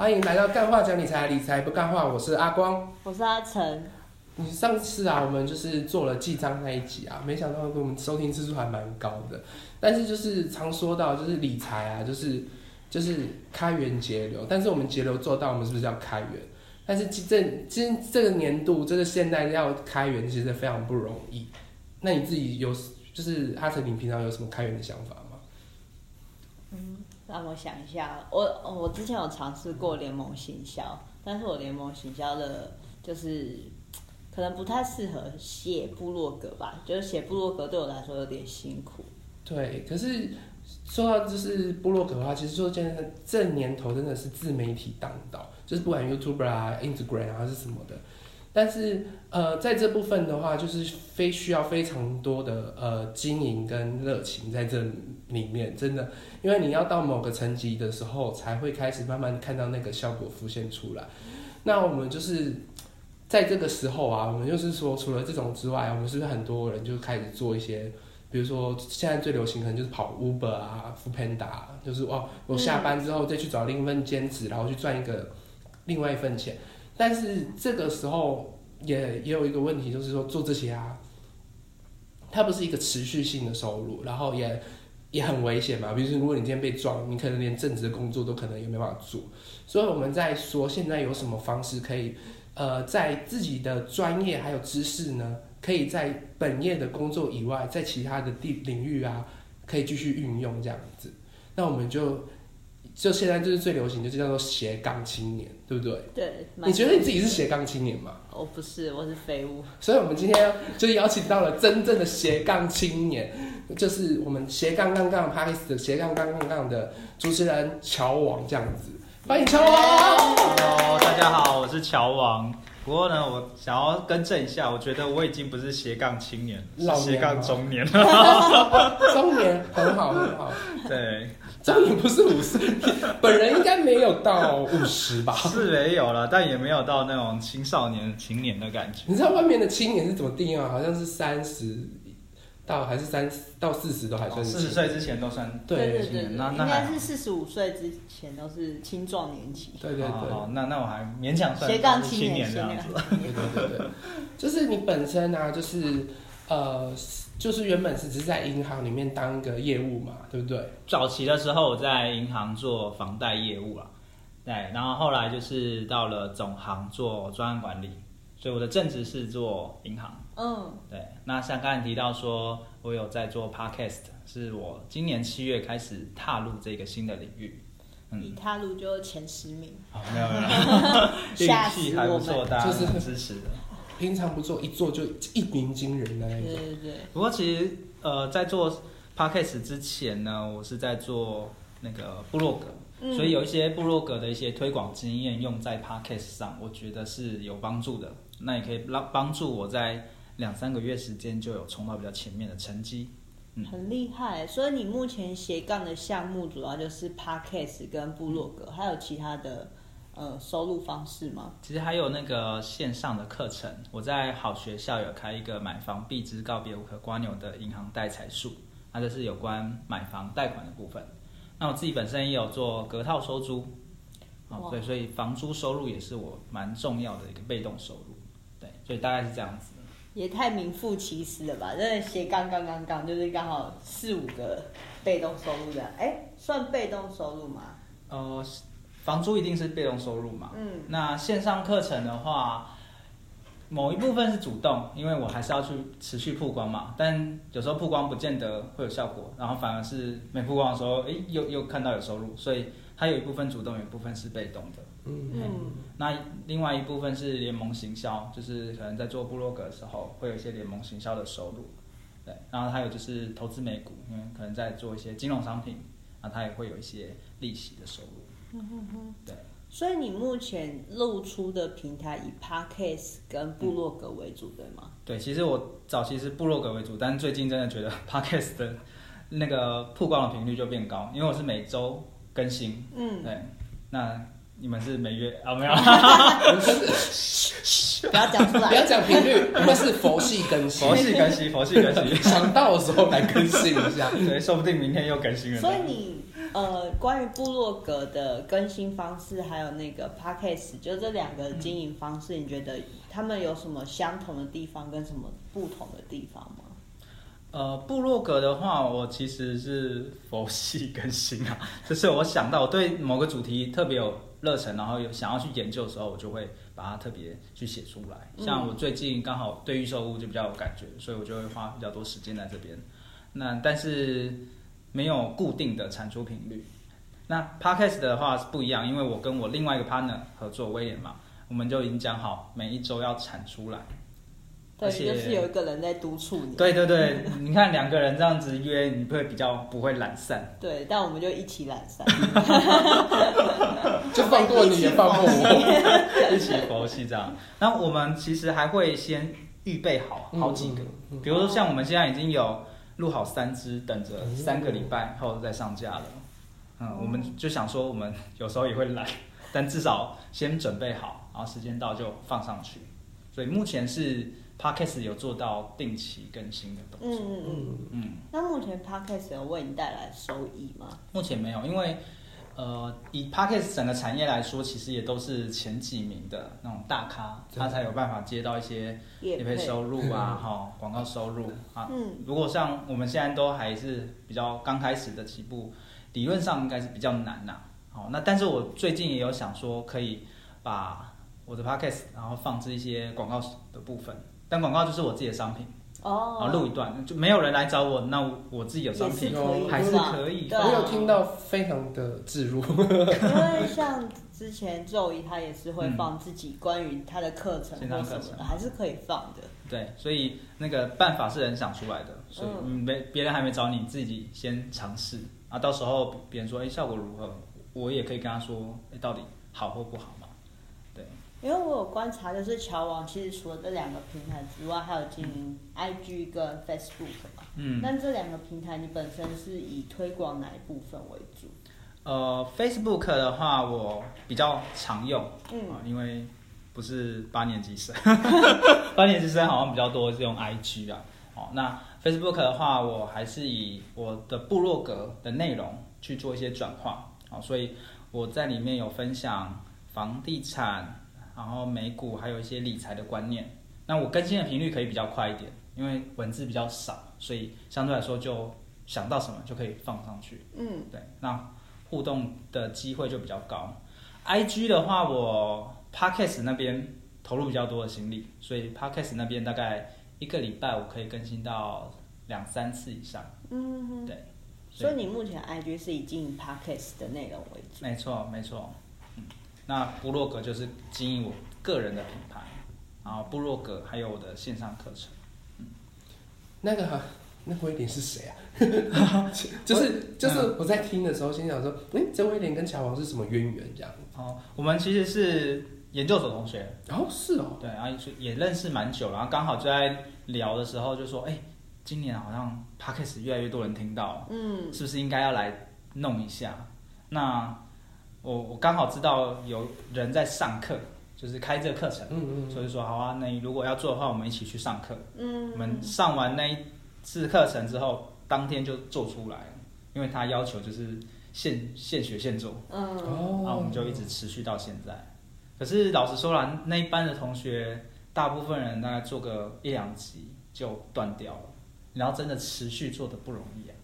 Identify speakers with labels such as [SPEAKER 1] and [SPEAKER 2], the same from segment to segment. [SPEAKER 1] 欢迎来到干话讲理财，理财不干话，我是阿光。
[SPEAKER 2] 我是阿成，
[SPEAKER 1] 你上次啊，我们就是做了记账那一集啊，没想到我们收听次数还蛮高的。但是就是常说到，就是理财啊，就是就是开源节流。但是我们节流做到，我们是不是要开源？但是这这今这个年度，这个现在要开源，其实非常不容易。那你自己有就是阿成，你平常有什么开源的想法吗？
[SPEAKER 2] 让我想一下，我哦我之前有尝试过联盟行销，但是我联盟行销的，就是可能不太适合写部落格吧，就是写部落格对我来说有点辛苦。
[SPEAKER 1] 对，可是说到就是部落格的话，其实说真的，这年头真的是自媒体当道，就是不管 YouTuber 啊、Instagram 啊是什么的。但是呃，在这部分的话，就是非需要非常多的呃经营跟热情在这里面，真的，因为你要到某个层级的时候，才会开始慢慢看到那个效果浮现出来。那我们就是在这个时候啊，我们就是说，除了这种之外，我们是不是很多人就开始做一些比如说现在最流行可能就是跑 Uber 啊、f o o Panda，啊就是哦，我下班之后再去找另一份兼职，然后去赚一个另外一份钱。但是这个时候也也有一个问题，就是说做这些啊，它不是一个持续性的收入，然后也也很危险嘛。比如说，如果你今天被撞，你可能连正职的工作都可能也没办法做。所以我们在说现在有什么方式可以，呃，在自己的专业还有知识呢，可以在本业的工作以外，在其他的地领域啊，可以继续运用这样子。那我们就就现在就是最流行，就是叫做斜杠青年，对不对？
[SPEAKER 2] 对，蛮
[SPEAKER 1] 你觉得你自己是斜杠青年吗？
[SPEAKER 2] 我哦不是，我是废物。
[SPEAKER 1] 所以我们今天就邀请到了真正的斜杠青年，就是我们斜杠杠杠 p a r k s 的斜杠杠杠杠的主持人乔王这样子，欢迎乔王。
[SPEAKER 3] Hello，大家好，我是乔王。不过呢，我想要更正一下，我觉得我已经不是斜杠青年，是
[SPEAKER 1] 老年
[SPEAKER 3] 斜杠中年 了。
[SPEAKER 1] 中年很好很好，
[SPEAKER 3] 对，
[SPEAKER 1] 中年不是五十，本人应该没有到五十吧？
[SPEAKER 3] 是没有了，但也没有到那种青少年青年的感觉。
[SPEAKER 1] 你知道外面的青年是怎么定义吗？好像是三十到还是三到四十都还算是
[SPEAKER 3] 哦四十岁之前都算
[SPEAKER 1] 对
[SPEAKER 2] 对
[SPEAKER 3] 青
[SPEAKER 2] 对对，
[SPEAKER 3] 年，那
[SPEAKER 2] 应
[SPEAKER 3] 那还
[SPEAKER 2] 该
[SPEAKER 3] 好
[SPEAKER 2] 是四十五岁之前都是青壮年期，
[SPEAKER 1] 对对
[SPEAKER 3] 好
[SPEAKER 1] 对。
[SPEAKER 3] 哦好那那我还勉强算
[SPEAKER 2] 斜杠
[SPEAKER 3] 是
[SPEAKER 2] 青
[SPEAKER 3] 年
[SPEAKER 2] 斜
[SPEAKER 3] 这样
[SPEAKER 2] 杠
[SPEAKER 3] 子。
[SPEAKER 2] 青
[SPEAKER 1] 对
[SPEAKER 2] 年
[SPEAKER 1] 对对，对， 就是你本身啊，就是呃，就是原本是只是在银行里面当一个业务嘛，对不对？
[SPEAKER 3] 早期的时候我在银行做房贷业务啊，对，然后后来就是到了总行做专案管理，所以我的正职是做银行。
[SPEAKER 2] 嗯，
[SPEAKER 3] 对，那像刚才提到说，我有在做 podcast，是我今年七月开始踏入这个新的领域。
[SPEAKER 2] 以
[SPEAKER 3] 嗯，
[SPEAKER 2] 他路就是前十名，
[SPEAKER 3] 好，哦没有没有，
[SPEAKER 2] 吓
[SPEAKER 3] 运
[SPEAKER 2] 死
[SPEAKER 3] 气还不
[SPEAKER 2] 我
[SPEAKER 3] 错，
[SPEAKER 2] 们
[SPEAKER 3] 大家
[SPEAKER 1] 就是
[SPEAKER 3] 很支持的。
[SPEAKER 1] 平常不做，一做就一鸣惊人的那
[SPEAKER 2] 对
[SPEAKER 1] 一种。
[SPEAKER 2] 对对，
[SPEAKER 3] 不过其实呃，在做 podcast 之前呢，我是在做那个部落格，
[SPEAKER 2] 嗯
[SPEAKER 3] 所以有一些部落格的一些推广经验用在 podcast 上，我觉得是有帮助的。那也可以让帮助我在两三个月时间就有冲到比较前面的成绩。嗯
[SPEAKER 2] 很厉害。所以你目前斜杠的项目主要就是 podcast 跟部落格，还有其他的呃收入方式吗？
[SPEAKER 3] 其实还有那个线上的课程，我在好学校有开一个买房必知告别无可瓜牛的银行贷财术，那就是有关买房贷款的部分。那我自己本身也有做隔套收租，哦，
[SPEAKER 2] 哇
[SPEAKER 3] 对，所以房租收入也是我蛮重要的一个被动收入，对，所以大概是这样子。
[SPEAKER 2] 也太名副其实了吧！真的斜杠杠杠杠，就是刚好四五个被动收入的，哎、算被动收入吗？
[SPEAKER 3] 呃，房租一定是被动收入嘛，
[SPEAKER 2] 嗯，
[SPEAKER 3] 那线上课程的话，某一部分是主动，因为我还是要去持续曝光嘛。但有时候曝光不见得会有效果，然后反而是没曝光的时候，诶，又又看到有收入，所以它有一部分主动，有一部分是被动的。
[SPEAKER 1] 嗯，
[SPEAKER 2] 嗯，
[SPEAKER 3] 那另外一部分是联盟行销，就是可能在做部落格的时候，会有一些联盟行销的收入。对，然后还有就是投资美股，因为可能在做一些金融商品，那它也会有一些利息的收入。对。
[SPEAKER 2] 所以你目前露出的平台以 podcast 跟部落格为主，对吗？
[SPEAKER 3] 对，其实我早期是部落格为主，但最近真的觉得 podcast 的那个曝光的频率就变高，因为我是每周更新。
[SPEAKER 2] 嗯，
[SPEAKER 3] 对，那你们是每月啊没 有？
[SPEAKER 1] 我们就是
[SPEAKER 2] 不要讲出
[SPEAKER 1] 不要
[SPEAKER 2] 来。
[SPEAKER 1] 讲频率，我们是佛系更新
[SPEAKER 3] 佛，系 更新，佛系更新。
[SPEAKER 1] 想到的时候来更新一下。
[SPEAKER 3] 对，说不定明天又更新了。
[SPEAKER 2] 所以你呃，关于部落格的更新方式，还有那个 podcast，就这两个经营方式，你觉得他们有什么相同的地方，跟什么不同的地方吗？
[SPEAKER 3] 呃，部落格的话，我其实是佛系更新啊，就是我想到我对某个主题特别有热忱，然后有想要去研究的时候，我就会把它特别去写出来。
[SPEAKER 2] 嗯
[SPEAKER 3] 像我最近刚好对预售屋就比较有感觉，所以我就会花比较多时间在这边。那但是没有固定的产出频率。那 podcast 的话是不一样，因为我跟我另外一个 partner 合作威廉嘛，我们就已经讲好每一周要产出来。
[SPEAKER 2] 对，
[SPEAKER 3] 而且
[SPEAKER 2] 就是有一个人在督促你。
[SPEAKER 3] 对对对，你看两个人这样子约，你会比较不会 懒散。
[SPEAKER 2] 对，但我们就一起懒散。
[SPEAKER 1] 就放过你也放过 我。
[SPEAKER 3] 一起佛系这样。那我们其实还会先预备好好几个，
[SPEAKER 1] 嗯，
[SPEAKER 3] 比如说像我们现在已经有录好三支，等着
[SPEAKER 1] 嗯
[SPEAKER 3] 三个礼拜后再上架了。嗯，我们就想说，我们有时候也会懒， 但至少先准备好，然后时间到就放上去。所以目前是 podcast 有做到定期更新的动
[SPEAKER 2] 嗯
[SPEAKER 3] 作。
[SPEAKER 2] 嗯嗯。
[SPEAKER 1] 嗯，
[SPEAKER 3] 嗯，
[SPEAKER 2] 那目前 podcast 有为你带来收益吗？
[SPEAKER 3] 目前没有，因为呃，以 Podcast 整个产业来说，其实也都是前几名的那种大咖，
[SPEAKER 1] 对
[SPEAKER 3] 他才有办法接到一些
[SPEAKER 2] 业
[SPEAKER 3] 业配
[SPEAKER 2] 配
[SPEAKER 3] 收入啊，哈、广告收入啊。
[SPEAKER 2] 嗯，
[SPEAKER 3] 如果像我们现在都还是比较刚开始的起步，理论上应该是比较难呐、好，那但是我最近也有想说，可以把我的 Podcast 然后放置一些广告的部分，但广告就是我自己的商品，然后
[SPEAKER 2] 哦，
[SPEAKER 3] 录一段，就没有人来找我，那我我自己有商
[SPEAKER 2] 也是
[SPEAKER 3] 品。哦
[SPEAKER 2] 可以的，
[SPEAKER 3] 还是可以
[SPEAKER 2] 对
[SPEAKER 1] 我有
[SPEAKER 2] 啊，
[SPEAKER 1] 听到非常的置 入，
[SPEAKER 2] 因为像之前周仪他也是会放自己关于他的课程或什
[SPEAKER 3] 线上
[SPEAKER 2] 么
[SPEAKER 3] 嗯课
[SPEAKER 2] 的，
[SPEAKER 3] 程
[SPEAKER 2] 还是可以放的。
[SPEAKER 3] 对，所以那个办法是人想出来的，所以
[SPEAKER 2] 嗯
[SPEAKER 3] 嗯没别人还没找你，自己先尝试啊，到时候别人说哎效果如何，我也可以跟他说哎到底好或不好嘛。对，
[SPEAKER 2] 因为我有观察，就是乔王其实除了这两个平台之外，还有经营 IG 跟 Facebook 嘛。
[SPEAKER 3] 嗯，
[SPEAKER 2] 那这两个平台，你本身是以推广哪一部分为主？
[SPEAKER 3] 呃，Facebook 的话我比较常用啊、
[SPEAKER 2] 嗯
[SPEAKER 3] 因为不是八年级生， 八年级生好像比较多是用 IG 啊。哦，那 Facebook 的话，我还是以我的部落格的内容去做一些转化。哦，所以我在里面有分享房地产，然后美股，还有一些理财的观念。那我更新的频率可以比较快一点，因为文字比较少，所以相对来说就想到什么就可以放上去。
[SPEAKER 2] 嗯，
[SPEAKER 3] 对，那互动的机会就比较高。IG 的话，我 Podcast 那边投入比较多的心力，所以 Podcast 那边大概一个礼拜我可以更新到两三次以上。
[SPEAKER 2] 嗯哼，
[SPEAKER 3] 对，
[SPEAKER 2] 所以你目前 IG 是以经营 Podcast 的内容为主。
[SPEAKER 3] 没错，没错。嗯，那部落格就是经营我个人的品牌，然后部落格还有我的线上课程。
[SPEAKER 1] 那个哈，那威廉是谁啊？ 就是
[SPEAKER 3] 嗯
[SPEAKER 1] 就是我在听的时候，心想说，哎、这威廉跟乔王是什么渊源这样？
[SPEAKER 3] 哦，我们其实是研究所同学，
[SPEAKER 1] 然、后是哦，
[SPEAKER 3] 对，然后就也认识蛮久了，然后刚好就在聊的时候就说，哎、今年好像 podcast 越来越多人听到了，
[SPEAKER 2] 嗯
[SPEAKER 3] 是不是应该要来弄一下？那我我刚好知道有人在上课，就是开这个课程，
[SPEAKER 1] 嗯嗯
[SPEAKER 3] 所以说好啊，那你如果要做的话，我们一起去上课。
[SPEAKER 2] 嗯，
[SPEAKER 3] 我们上完那一次课程之后，当天就做出来了，因为他要求就是现现学现做。
[SPEAKER 1] 嗯，
[SPEAKER 2] 嗯，
[SPEAKER 1] 哦，
[SPEAKER 3] 然后我们就一直持续到现在。可是老实说啦，那一班的同学，大部分人大概做个一两集就断掉了，然后真的持续做的不容易啊。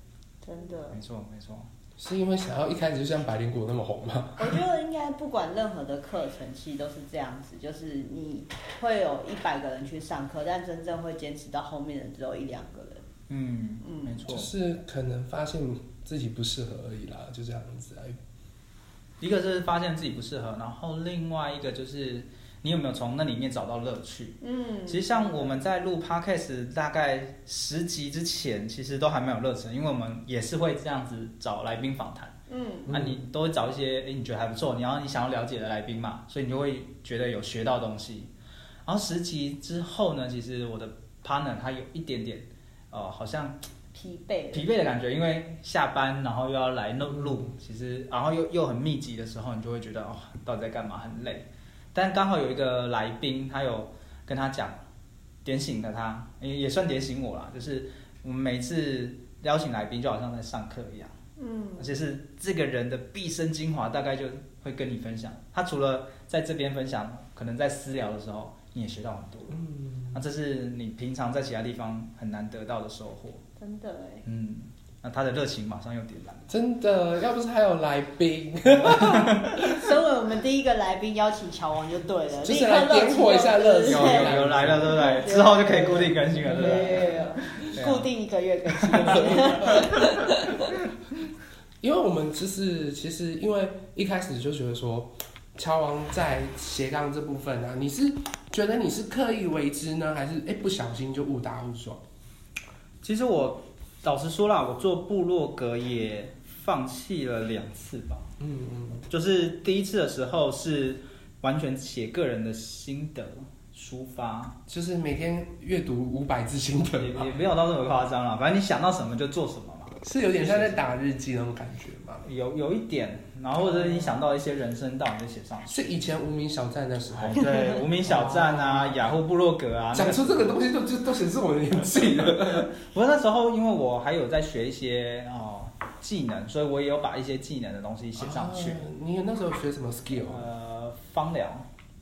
[SPEAKER 2] 真的。
[SPEAKER 3] 没错，没错。
[SPEAKER 1] 是因为想要一开始就像百灵果那么红 吗？
[SPEAKER 2] 我觉得应该不管任何的课程，其实都是这样子，就是你会有一百个人去上课，但真正会坚持到后面的只有一两个人。
[SPEAKER 3] 嗯
[SPEAKER 2] 嗯
[SPEAKER 3] 没错
[SPEAKER 1] 就。是可能发现自己不适合而已啦，就这样子啊。
[SPEAKER 3] 一个是发现自己不适合，然后另外一个就是你有没有从那里面找到乐趣。
[SPEAKER 2] 嗯
[SPEAKER 3] 其实像我们在录 podcast 大概十集之前，其实都还没有热忱，因为我们也是会这样子找来宾访谈。
[SPEAKER 2] 嗯
[SPEAKER 1] 嗯
[SPEAKER 3] 那、你都会找一些诶你觉得还不错，你要你想要了解的来宾嘛，所以你就会觉得有学到东西。然后十集之后呢，其实我的 partner 他有一点点呃，好像
[SPEAKER 2] 疲惫了。
[SPEAKER 3] 疲惫的感觉，因为下班然后又要来录录，其实然后又又很密集的时候，你就会觉得哦，到底在干嘛，很累。但刚好有一个来宾，他有跟他讲，点醒了他，也也算点醒我啦，就是我们每次邀请来宾就好像在上课一样，
[SPEAKER 2] 嗯
[SPEAKER 3] 而且是这个人的毕生精华，大概就会跟你分享。他除了在这边分享，可能在私聊的时候你也学到很多。
[SPEAKER 1] 嗯，
[SPEAKER 3] 那这是你平常在其他地方很难得到的收获。
[SPEAKER 2] 真的哎，
[SPEAKER 3] 嗯，那他的热情马上又点燃了。
[SPEAKER 1] 真的，要不是还有来宾，
[SPEAKER 2] 身为我们第一个来宾邀请乔王就对了，
[SPEAKER 1] 就是来点火一下热
[SPEAKER 2] 乐
[SPEAKER 1] 情
[SPEAKER 3] 有有有来了，对不对？之后就可以固定更新了，对不对？对啊
[SPEAKER 2] 固定一个月更新，
[SPEAKER 1] 因为我们就是其实因为一开始就觉得说，乔王在斜杠这部分啊，你是觉得你是刻意为之呢，还是哎、诶不小心就误打误撞？
[SPEAKER 3] 其实我老实说啦，我做部落格也放弃了两次吧。
[SPEAKER 1] 嗯嗯，
[SPEAKER 3] 就是第一次的时候是完全写个人的心得抒发，
[SPEAKER 1] 就是每天阅读五百字心得
[SPEAKER 3] 也
[SPEAKER 1] 嘛
[SPEAKER 3] 也，没有到那么夸张啦，反正你想到什么就做什么嘛。
[SPEAKER 1] 是有点像在打日记那种感觉嘛。
[SPEAKER 3] 有有一点，然后或者你想到一些人生道，你就写上去。
[SPEAKER 1] 是以前无名小站的时候
[SPEAKER 3] 哎，对，无名小站啊，雅虎部落格啊，
[SPEAKER 1] 哦
[SPEAKER 3] 那
[SPEAKER 1] 讲
[SPEAKER 3] 个
[SPEAKER 1] 出这个东西就就都显示我的年纪了。
[SPEAKER 3] 不过那时候因为我还有在学一些哦技能，所以我也有把一些技能的东西写上去。
[SPEAKER 1] 啊你那时候学什么 skill？
[SPEAKER 3] 呃，芳疗，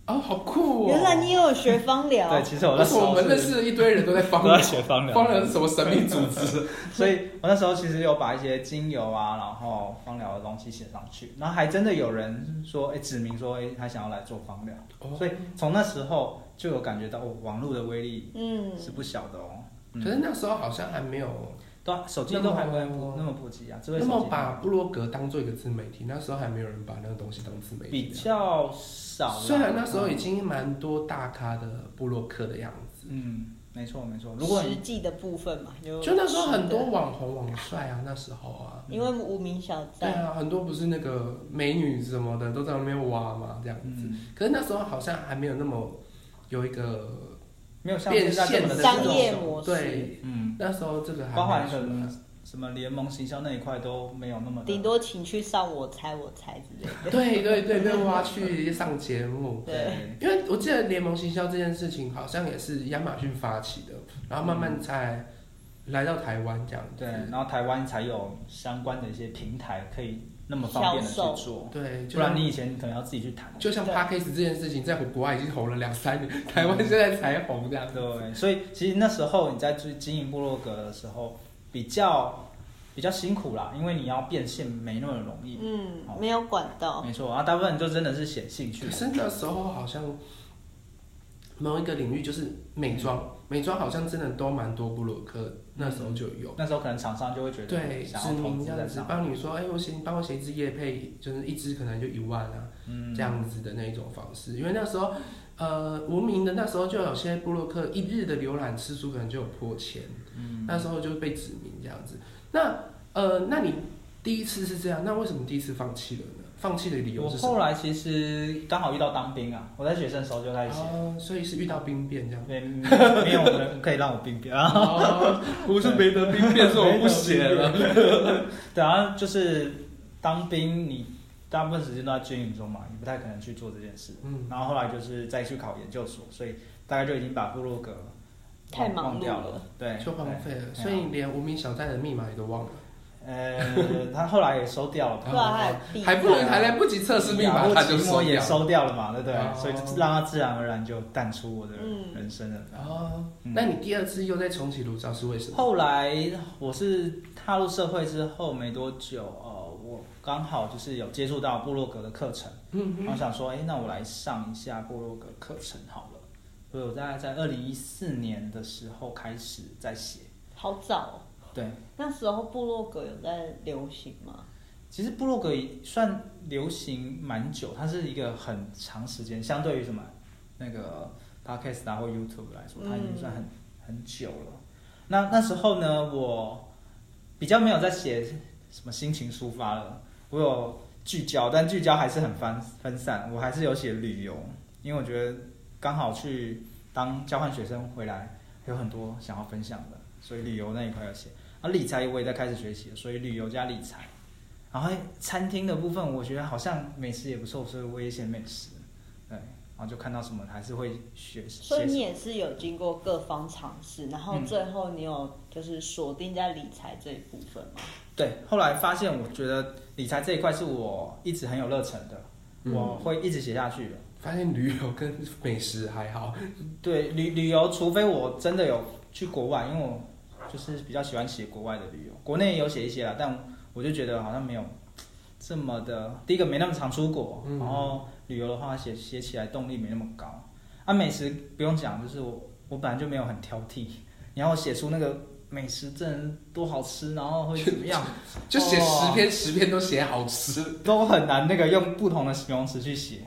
[SPEAKER 1] 哦，好酷哦！
[SPEAKER 2] 原来你也有学芳疗，
[SPEAKER 3] 对，其实我那
[SPEAKER 1] 为
[SPEAKER 3] 时
[SPEAKER 1] 什么我
[SPEAKER 3] 候
[SPEAKER 1] 们认识
[SPEAKER 3] 是
[SPEAKER 1] 的一堆人都在方
[SPEAKER 3] 都
[SPEAKER 1] 疗
[SPEAKER 3] 在？学芳疗，
[SPEAKER 1] 方疗是什么神秘组织？
[SPEAKER 3] 所以我那时候其实有把一些精油啊，然后芳疗的东西写上去，然后还真的有人说，哎、指明说，哎、他想要来做芳疗，
[SPEAKER 1] 哦
[SPEAKER 3] 所以从那时候就有感觉到，哦，网络的威力
[SPEAKER 2] 嗯，
[SPEAKER 3] 是不小的哦。嗯
[SPEAKER 1] 可是那时候好像还没有
[SPEAKER 3] 对啊，手机都还没
[SPEAKER 1] 那么
[SPEAKER 3] 那么普及啊，智慧
[SPEAKER 1] 那
[SPEAKER 3] 手
[SPEAKER 1] 么
[SPEAKER 3] 机
[SPEAKER 1] 把部落格当做一个自媒体，那时候还没有人把那个东西当自媒
[SPEAKER 3] 比
[SPEAKER 1] 体。
[SPEAKER 3] 较少啦。
[SPEAKER 1] 虽然那时候已经蛮多大咖的部落客的样子，
[SPEAKER 3] 嗯，没错没错，如果
[SPEAKER 2] 实
[SPEAKER 3] 你
[SPEAKER 2] 际的部分嘛，
[SPEAKER 3] 嗯
[SPEAKER 2] 就
[SPEAKER 1] 就那时候很多
[SPEAKER 2] 实
[SPEAKER 1] 网红网帅啊，那时候啊
[SPEAKER 2] 的，，因为无名小
[SPEAKER 1] 对
[SPEAKER 2] 站，
[SPEAKER 1] 啊，很多不是那个美女什么的都在那边挖嘛，这样子。
[SPEAKER 3] 嗯
[SPEAKER 1] 可是那时候好像还没有那么有一个，
[SPEAKER 3] 没有像
[SPEAKER 1] 变
[SPEAKER 3] 现在
[SPEAKER 1] 现
[SPEAKER 3] 这么的
[SPEAKER 2] 商
[SPEAKER 1] 这种
[SPEAKER 2] 业
[SPEAKER 3] 自动
[SPEAKER 2] 模式，
[SPEAKER 1] 对，
[SPEAKER 3] 嗯，
[SPEAKER 1] 那时候这个还没
[SPEAKER 3] 包含
[SPEAKER 1] 出
[SPEAKER 3] 可
[SPEAKER 1] 来
[SPEAKER 3] 能什么联盟行销那一块都没有那么的
[SPEAKER 2] 顶多请去上我猜我猜之类 的，
[SPEAKER 1] 对对对，被挖去上节目。
[SPEAKER 2] 对，
[SPEAKER 3] 对
[SPEAKER 1] 因为我记得联盟行销这件事情好像也是亚马逊发起的，然后慢慢才来到台湾这样子。
[SPEAKER 3] 对，然后台湾才有相关的一些平台可以那么方便的去
[SPEAKER 2] 销
[SPEAKER 3] 做，
[SPEAKER 1] 对，就
[SPEAKER 3] 不然
[SPEAKER 1] 像
[SPEAKER 3] 你以前可能要自己去谈。
[SPEAKER 1] 就像
[SPEAKER 2] 对
[SPEAKER 1] podcast 这件事情，在国外已经红了两三
[SPEAKER 3] 嗯
[SPEAKER 1] 年，台湾现在才红这样子。
[SPEAKER 3] 对，所以其实那时候你在经经营部落格的时候，比较比较辛苦啦，因为你要变现没那么容易。
[SPEAKER 2] 嗯，没有管道，
[SPEAKER 3] 没错，然后大部分人就真的是写兴趣
[SPEAKER 1] 可，是那时候好像某一个领域就是美妆，美妆好像真的都蛮多布鲁克，那时候就有。
[SPEAKER 3] 那时候可能厂商就会觉得
[SPEAKER 1] 对，
[SPEAKER 3] 你嗯想
[SPEAKER 1] 指
[SPEAKER 3] 要投
[SPEAKER 1] 名
[SPEAKER 3] 资
[SPEAKER 1] 这
[SPEAKER 3] 在
[SPEAKER 1] 样子
[SPEAKER 3] 上面。
[SPEAKER 1] 帮你说，哎、我写你帮我写一支叶配，就是一支可能就一万啊，
[SPEAKER 3] 嗯
[SPEAKER 1] 这样子的那种方式。因为那时候，呃，无名的那时候就有些布洛克一日的浏览次数可能就有破千，
[SPEAKER 3] 嗯，
[SPEAKER 1] 那时候就被指名这样子。那呃，那你第一次是这样，那为什么第一次放弃了呢？放弃的理由
[SPEAKER 3] 我
[SPEAKER 1] 是什么？
[SPEAKER 3] 后来其实刚好遇到当兵啊，我在学生的时候就开始写，。
[SPEAKER 1] 哦，所以是遇到兵变这样
[SPEAKER 3] 对，没有人可以让我兵变啊。
[SPEAKER 1] 哦，不是没得兵 变，是我不写了。
[SPEAKER 3] 对啊，就是当兵，你大部分时间都在军营中嘛，你不太可能去做这件事。
[SPEAKER 1] 嗯，
[SPEAKER 3] 然后后来就是再去考研究所，所以大概就已经把部落格
[SPEAKER 2] 太忙碌
[SPEAKER 3] 忘掉
[SPEAKER 2] 了
[SPEAKER 3] 了。对，
[SPEAKER 1] 就荒废了，
[SPEAKER 3] 对
[SPEAKER 1] 所以你连无名小站的密码也都忘了。
[SPEAKER 3] 呃， 他后来也收掉
[SPEAKER 1] 嗯
[SPEAKER 3] 了。
[SPEAKER 2] 对啊，还有地
[SPEAKER 1] 还不能还来不及测试密码，
[SPEAKER 3] 雅
[SPEAKER 1] 他
[SPEAKER 3] 虎
[SPEAKER 1] 就
[SPEAKER 3] 奇摩
[SPEAKER 1] 收
[SPEAKER 3] 也
[SPEAKER 1] 掉。
[SPEAKER 3] 收掉了嘛，对不对？
[SPEAKER 1] 哦
[SPEAKER 3] 所以就让它自然而然就淡出我的
[SPEAKER 2] 嗯
[SPEAKER 3] 人生了。
[SPEAKER 1] 哦，
[SPEAKER 3] 嗯
[SPEAKER 1] 那你第二次又再重启炉灶是为什么？
[SPEAKER 3] 后来我是踏入社会之后没多久，呃，我刚好就是有接触到部落格的课程，
[SPEAKER 1] 嗯
[SPEAKER 3] 然后想说，哎、那我来上一下部落格课程好了。所以我大概在二零一四年的时候开始在写，
[SPEAKER 2] 好早哦，
[SPEAKER 3] 对，
[SPEAKER 2] 那时候部落格有在流行吗？
[SPEAKER 3] 其实部落格也算流行蛮久，它是一个很长时间，相对于什么那个 podcast 啊或 YouTube 来说，它已经算很、很久了。那那时候呢，我比较没有在写什么心情抒发了，我有聚焦，但聚焦还是很分分散，我还是有写旅游，因为我觉得刚好去当交换学生回来，有很多想要分享的，所以旅游那一块要写。啊，理财我也在开始学习了，所以旅游加理财。然后餐厅的部分，我觉得好像美食也不错，所以我也写美食。对，然后就看到什么还是会学
[SPEAKER 2] 所以
[SPEAKER 3] 写
[SPEAKER 2] 你
[SPEAKER 3] 什
[SPEAKER 2] 也是有经过各方尝试，然后
[SPEAKER 3] 嗯
[SPEAKER 2] 最后你有就是锁定在理财这一部分吗？
[SPEAKER 3] 对，后来发现我觉得理财这一块是我一直很有热忱的，
[SPEAKER 1] 嗯
[SPEAKER 3] 我会一直写下去的。
[SPEAKER 1] 发现旅游跟美食还好，
[SPEAKER 3] 对旅旅游，除非我真的有去国外，因为我就是比较喜欢写国外的旅游，国内也有写一些啦，但我就觉得好像没有这么的，第一个没那么常出国，
[SPEAKER 1] 嗯
[SPEAKER 3] 然后旅游的话写写起来动力没那么高。啊，美食不用讲，就是我我本来就没有很挑剔，你要我写出那个美食真多好吃，然后会怎么样，
[SPEAKER 1] 就写
[SPEAKER 3] 哦
[SPEAKER 1] 十篇，十篇都写好吃。
[SPEAKER 3] 都很难那个用不同的形容词去写。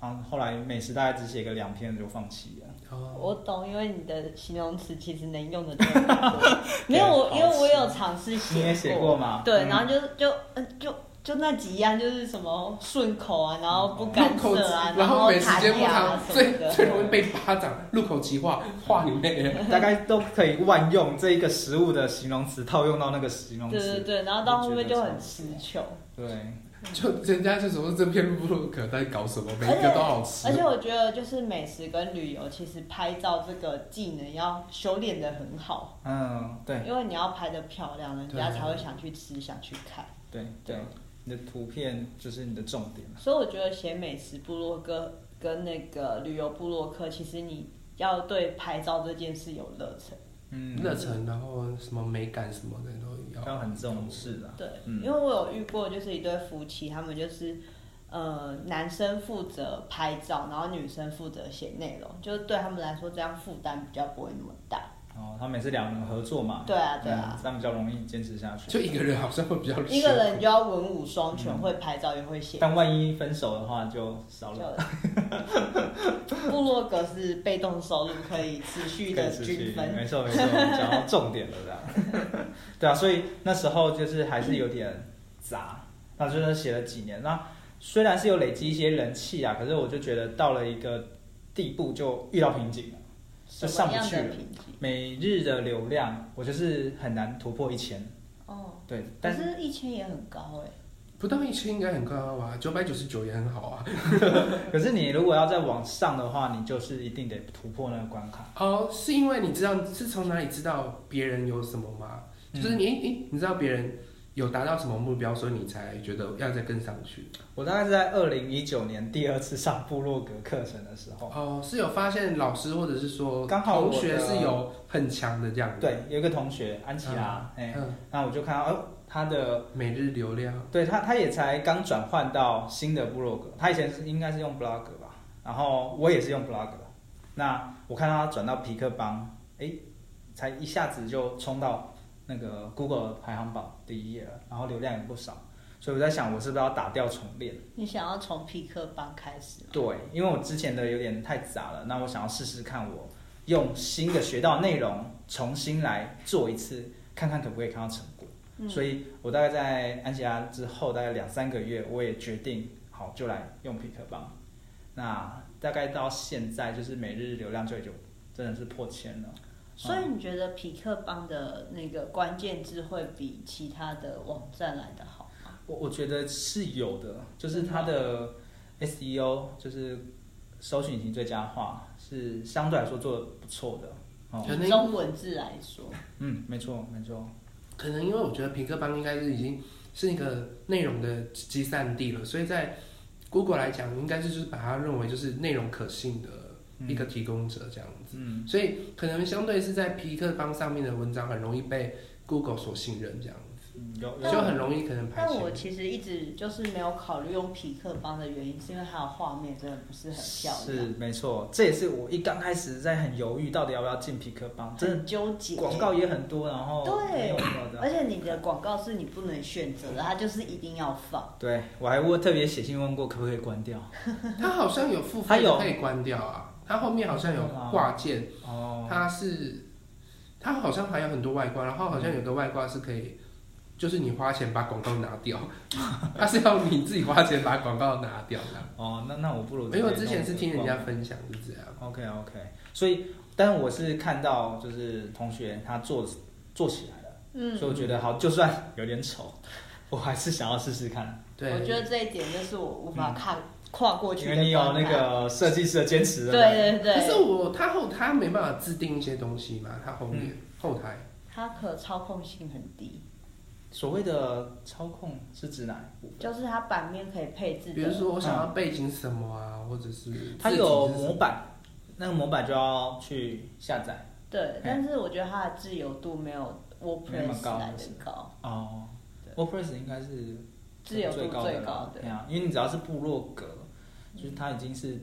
[SPEAKER 3] 然后后来美食大概只写个两篇就放弃了。
[SPEAKER 1] 哦，
[SPEAKER 2] 我懂，因为你的形容词其实能用的真的很多没有我，因为我有尝试写
[SPEAKER 3] 你也写过嘛？
[SPEAKER 2] 对，
[SPEAKER 3] 嗯
[SPEAKER 2] 然后就就嗯就就那几样，就是什么顺口啊，然后不干
[SPEAKER 1] 口
[SPEAKER 2] 涉啊，
[SPEAKER 1] 然
[SPEAKER 2] 后
[SPEAKER 1] 后美食
[SPEAKER 2] 弹
[SPEAKER 1] 街不
[SPEAKER 2] 牙啊
[SPEAKER 1] 长，
[SPEAKER 2] 什
[SPEAKER 1] 最
[SPEAKER 2] 么的。
[SPEAKER 1] 最 容易被巴掌。入口即化，化你妹！
[SPEAKER 3] 大概都可以万用这一个食物的形容词套用到那个形容
[SPEAKER 2] 对对
[SPEAKER 3] 词。
[SPEAKER 2] 对，然后到后面就很词穷，
[SPEAKER 3] 对
[SPEAKER 1] 就人家就说这篇布鲁克在搞什么，每一个都好吃
[SPEAKER 2] 而。且我觉得就是美食跟旅游，其实拍照这个技能要修炼的很好，
[SPEAKER 3] 嗯，对
[SPEAKER 2] 因为你要拍的漂亮，人家
[SPEAKER 1] 对
[SPEAKER 2] 才会想去吃，想去看。
[SPEAKER 3] 对对，你的图片就是你的重点。
[SPEAKER 2] 所以我觉得写美食部落格跟那个旅游部落客，其实你要对拍照这件事有热忱。
[SPEAKER 3] 嗯，
[SPEAKER 1] 热忱，然后什么美感什么的都要
[SPEAKER 3] 要很重。视啊。
[SPEAKER 2] 对，
[SPEAKER 3] 嗯
[SPEAKER 2] 因为我有遇过，就是一对夫妻，他们就是呃男生负责拍照，然后女生负责写内容，就是对他们来说这样负担比较不会那么大。
[SPEAKER 3] 然哦后他们也是两人合作嘛。
[SPEAKER 2] 对啊，对
[SPEAKER 3] 嗯
[SPEAKER 2] 啊，
[SPEAKER 3] 这样比较容易坚持下去。
[SPEAKER 1] 就一个人好像会比较
[SPEAKER 2] 一个人你
[SPEAKER 1] 辛
[SPEAKER 2] 就要文武双全，会拍照也会写。
[SPEAKER 3] 但万一分手的话，就少 了。
[SPEAKER 2] 就部落格是被动收入，可以持续的
[SPEAKER 3] 持
[SPEAKER 2] 均
[SPEAKER 3] 续，哎
[SPEAKER 2] 分。
[SPEAKER 3] 没错没错，讲到重点了这样。对啊，所以那时候就是还是有点杂，那就是写了几年。那虽然是有累积一些人气啊，可是我就觉得到了一个地步就遇到瓶颈了。就
[SPEAKER 2] 什
[SPEAKER 3] 上
[SPEAKER 2] 么
[SPEAKER 3] 不
[SPEAKER 2] 样
[SPEAKER 3] 去
[SPEAKER 2] 的
[SPEAKER 3] 了
[SPEAKER 2] 评级？
[SPEAKER 3] 每日的流量，我就是很难突破一千。
[SPEAKER 2] 哦，
[SPEAKER 3] 对，
[SPEAKER 2] 可
[SPEAKER 3] 但是
[SPEAKER 2] 是一千也很高哎、
[SPEAKER 1] 苦不到一千应该很高吧？九百九十九也很好啊。
[SPEAKER 3] 可是你如果要再往上的话，你就是一定得突破那个关卡。
[SPEAKER 1] 哦，是因为你知道是从哪里知道别人有什么吗？
[SPEAKER 3] 嗯
[SPEAKER 1] 就是你诶、诶你知道别人有达到什么目标，所以你才觉得要再跟上去。
[SPEAKER 3] 我大概是在二零一九年第二次上部落格课程的时候，
[SPEAKER 1] 哦，是有发现老师或者是说
[SPEAKER 3] 刚好我
[SPEAKER 1] 同
[SPEAKER 3] 的
[SPEAKER 1] 学是有很强的这样的，
[SPEAKER 3] 对，有一个同学安琪拉，哎、
[SPEAKER 1] 嗯，
[SPEAKER 3] 那我就看到哦，他的
[SPEAKER 1] 每日流量，
[SPEAKER 3] 对他，他也才刚转换到新的部落格，他以前是应该是用 blog 吧，然后我也是用 blog，那我看到他转到皮克邦，诶，才一下子就冲到那个 Google 排行榜第一页了，然后流量也不少，所以我在想，我是不是要打掉重练？
[SPEAKER 2] 你想要从匹克帮开始吗？
[SPEAKER 3] 对，因为我之前的有点太杂了，那我想要试试看，我用新的学到的内容重新来做一次，看看可不可以看到成果。
[SPEAKER 2] 嗯
[SPEAKER 3] 所以我大概在安吉拉之后大概两三个月，我也决定好就来用匹克邦。那大概到现在就是每日流量就已经真的是破千了。
[SPEAKER 2] 所以你觉得匹克帮的那个关键字会比其他的网站来的好吗？
[SPEAKER 3] 我我觉得是有的，就是它的 SEO 就是搜寻引擎最佳化是相对来说做的不错的。哦，
[SPEAKER 1] 可能
[SPEAKER 2] 中文字来说，
[SPEAKER 3] 嗯，没错没错。
[SPEAKER 1] 可能因为我觉得平克邦应该是已经是一个内容的集散地了，所以在 Google 来讲，应该是就是把它认为就是内容可信的一个提供者这样子，
[SPEAKER 3] 嗯，
[SPEAKER 1] 所以可能相对是在皮克邦上面的文章很容易被 Google 所信任，这样
[SPEAKER 3] 嗯有
[SPEAKER 1] 就
[SPEAKER 3] 有
[SPEAKER 1] 很容易可能排
[SPEAKER 2] 但我
[SPEAKER 1] 前。
[SPEAKER 2] 其实一直就是没有考虑用匹克帮的原因，是因为它的画面真的不是很漂
[SPEAKER 3] 是
[SPEAKER 2] 亮，
[SPEAKER 3] 没错，这也是我一刚开始在很犹豫，到底要不要进皮克邦，真
[SPEAKER 2] 很纠
[SPEAKER 3] 的
[SPEAKER 2] 结。
[SPEAKER 3] 广告也很多，然后
[SPEAKER 2] 对
[SPEAKER 3] 没有什么
[SPEAKER 2] 而
[SPEAKER 3] 的。
[SPEAKER 2] 且你的广告是你不能选择的，它就是一定要放。
[SPEAKER 3] 对，我还问特别写信问过可不可以关掉。
[SPEAKER 1] 它好像有付
[SPEAKER 3] 它
[SPEAKER 1] 费
[SPEAKER 3] 有
[SPEAKER 1] 可以关掉啊，它后面好像有
[SPEAKER 3] 嗯
[SPEAKER 1] 挂件。
[SPEAKER 3] 哦，
[SPEAKER 1] 它是，它好像还有很多外挂，然后好像有个外挂是可以，就是你花钱把广告拿 掉，它是要你自己花钱把广告拿掉的。
[SPEAKER 3] 哦，那那我不如
[SPEAKER 1] 没有，之前是听人家分享是这样。
[SPEAKER 3] OK OK，所以，但我是看到就是同学他做做起来了，
[SPEAKER 2] 嗯
[SPEAKER 3] 所以我觉得好，就 算有点丑，我还是想要试试看。
[SPEAKER 1] 对，嗯
[SPEAKER 2] 我觉得这一点就是我无法抗跨过去
[SPEAKER 3] 因
[SPEAKER 2] 的
[SPEAKER 3] 为你有
[SPEAKER 2] 关卡。
[SPEAKER 3] 那个设计师的坚持了。
[SPEAKER 2] 对对
[SPEAKER 1] 可是
[SPEAKER 2] 对，
[SPEAKER 1] 我他后他没办法制定一些东西嘛，他后面、
[SPEAKER 3] 嗯
[SPEAKER 1] 后台
[SPEAKER 2] 它可操控性很低，
[SPEAKER 3] 所谓的操控是指哪一部分？
[SPEAKER 2] 就是它版面可以配置的。
[SPEAKER 1] 比如说我想要背景什么啊，或者是
[SPEAKER 3] 它
[SPEAKER 1] 字体
[SPEAKER 3] 有
[SPEAKER 1] 是什么
[SPEAKER 3] 模板，那个模板就要去下载。
[SPEAKER 2] 对
[SPEAKER 3] 嗯，
[SPEAKER 2] 但是我觉得它的自由度没有
[SPEAKER 3] 没那么
[SPEAKER 2] WordPress
[SPEAKER 3] 高
[SPEAKER 2] 来的
[SPEAKER 3] 是
[SPEAKER 2] 高，
[SPEAKER 3] 哦，WordPress 应该是
[SPEAKER 2] 自由度最
[SPEAKER 3] 最
[SPEAKER 2] 高
[SPEAKER 3] 高的
[SPEAKER 2] 的
[SPEAKER 3] 啦
[SPEAKER 2] 啦，
[SPEAKER 3] 对啊，因为你只要是部落格，就是它已经是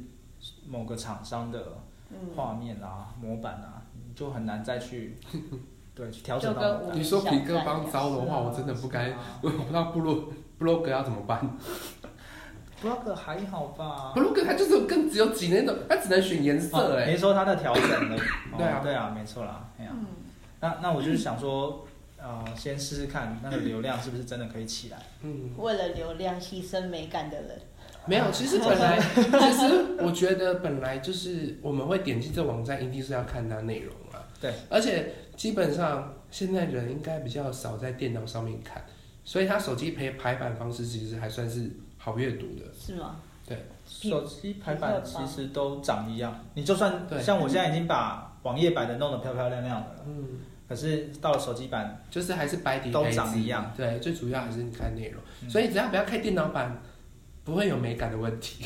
[SPEAKER 3] 某个厂商的
[SPEAKER 2] 嗯，
[SPEAKER 3] 画面啊、模板啊，你就很难 再去对去调整
[SPEAKER 2] 就
[SPEAKER 3] 到
[SPEAKER 2] 跟
[SPEAKER 3] 模板。
[SPEAKER 1] 你说皮克邦糟的话，我真的不该
[SPEAKER 3] 是啊。
[SPEAKER 1] 我也不知道部落部落格要怎么办。
[SPEAKER 3] 部落格还好吧
[SPEAKER 1] 部？落格它就是更只有几那种，它只能选颜色
[SPEAKER 3] 哦
[SPEAKER 1] 哎、，
[SPEAKER 3] 你说它的调整的
[SPEAKER 1] 对啊
[SPEAKER 3] 哦对啊，没错啦，哎呀，
[SPEAKER 2] 嗯，
[SPEAKER 3] 那那我就是想说，呃，先试试看那个流量是不是真的可以起来。
[SPEAKER 1] 嗯，
[SPEAKER 2] 为了流量牺牲美感的人，
[SPEAKER 1] 没有。其实本来，其实我觉得本来就是我们会点进这网站，一定是要看它内容啊。
[SPEAKER 3] 对。
[SPEAKER 1] 而且基本上现在人应该比较少在电脑上面看，所以他手机排排版方式其实还算是好阅读的。
[SPEAKER 2] 是吗？
[SPEAKER 3] 手机排版其实都长一样，你就算
[SPEAKER 1] 对
[SPEAKER 3] 像我现在已经把网页版的弄得漂漂亮亮的了，
[SPEAKER 1] 嗯。
[SPEAKER 3] 可是到了手机版，
[SPEAKER 1] 就是还是白底
[SPEAKER 3] 都
[SPEAKER 1] 黑字
[SPEAKER 3] 长一样。
[SPEAKER 1] 对，最主要还是你看内容，
[SPEAKER 3] 嗯
[SPEAKER 1] 所以只要不要开电脑版，不会有美感的问 题。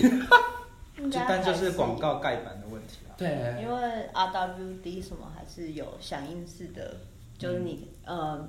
[SPEAKER 2] 应
[SPEAKER 3] 就
[SPEAKER 2] 该
[SPEAKER 3] 但就是
[SPEAKER 2] 还
[SPEAKER 3] 广，告盖板的问题啦。
[SPEAKER 1] 对，啊
[SPEAKER 2] 因为 RWD 什么还是有响应式的，就是你呃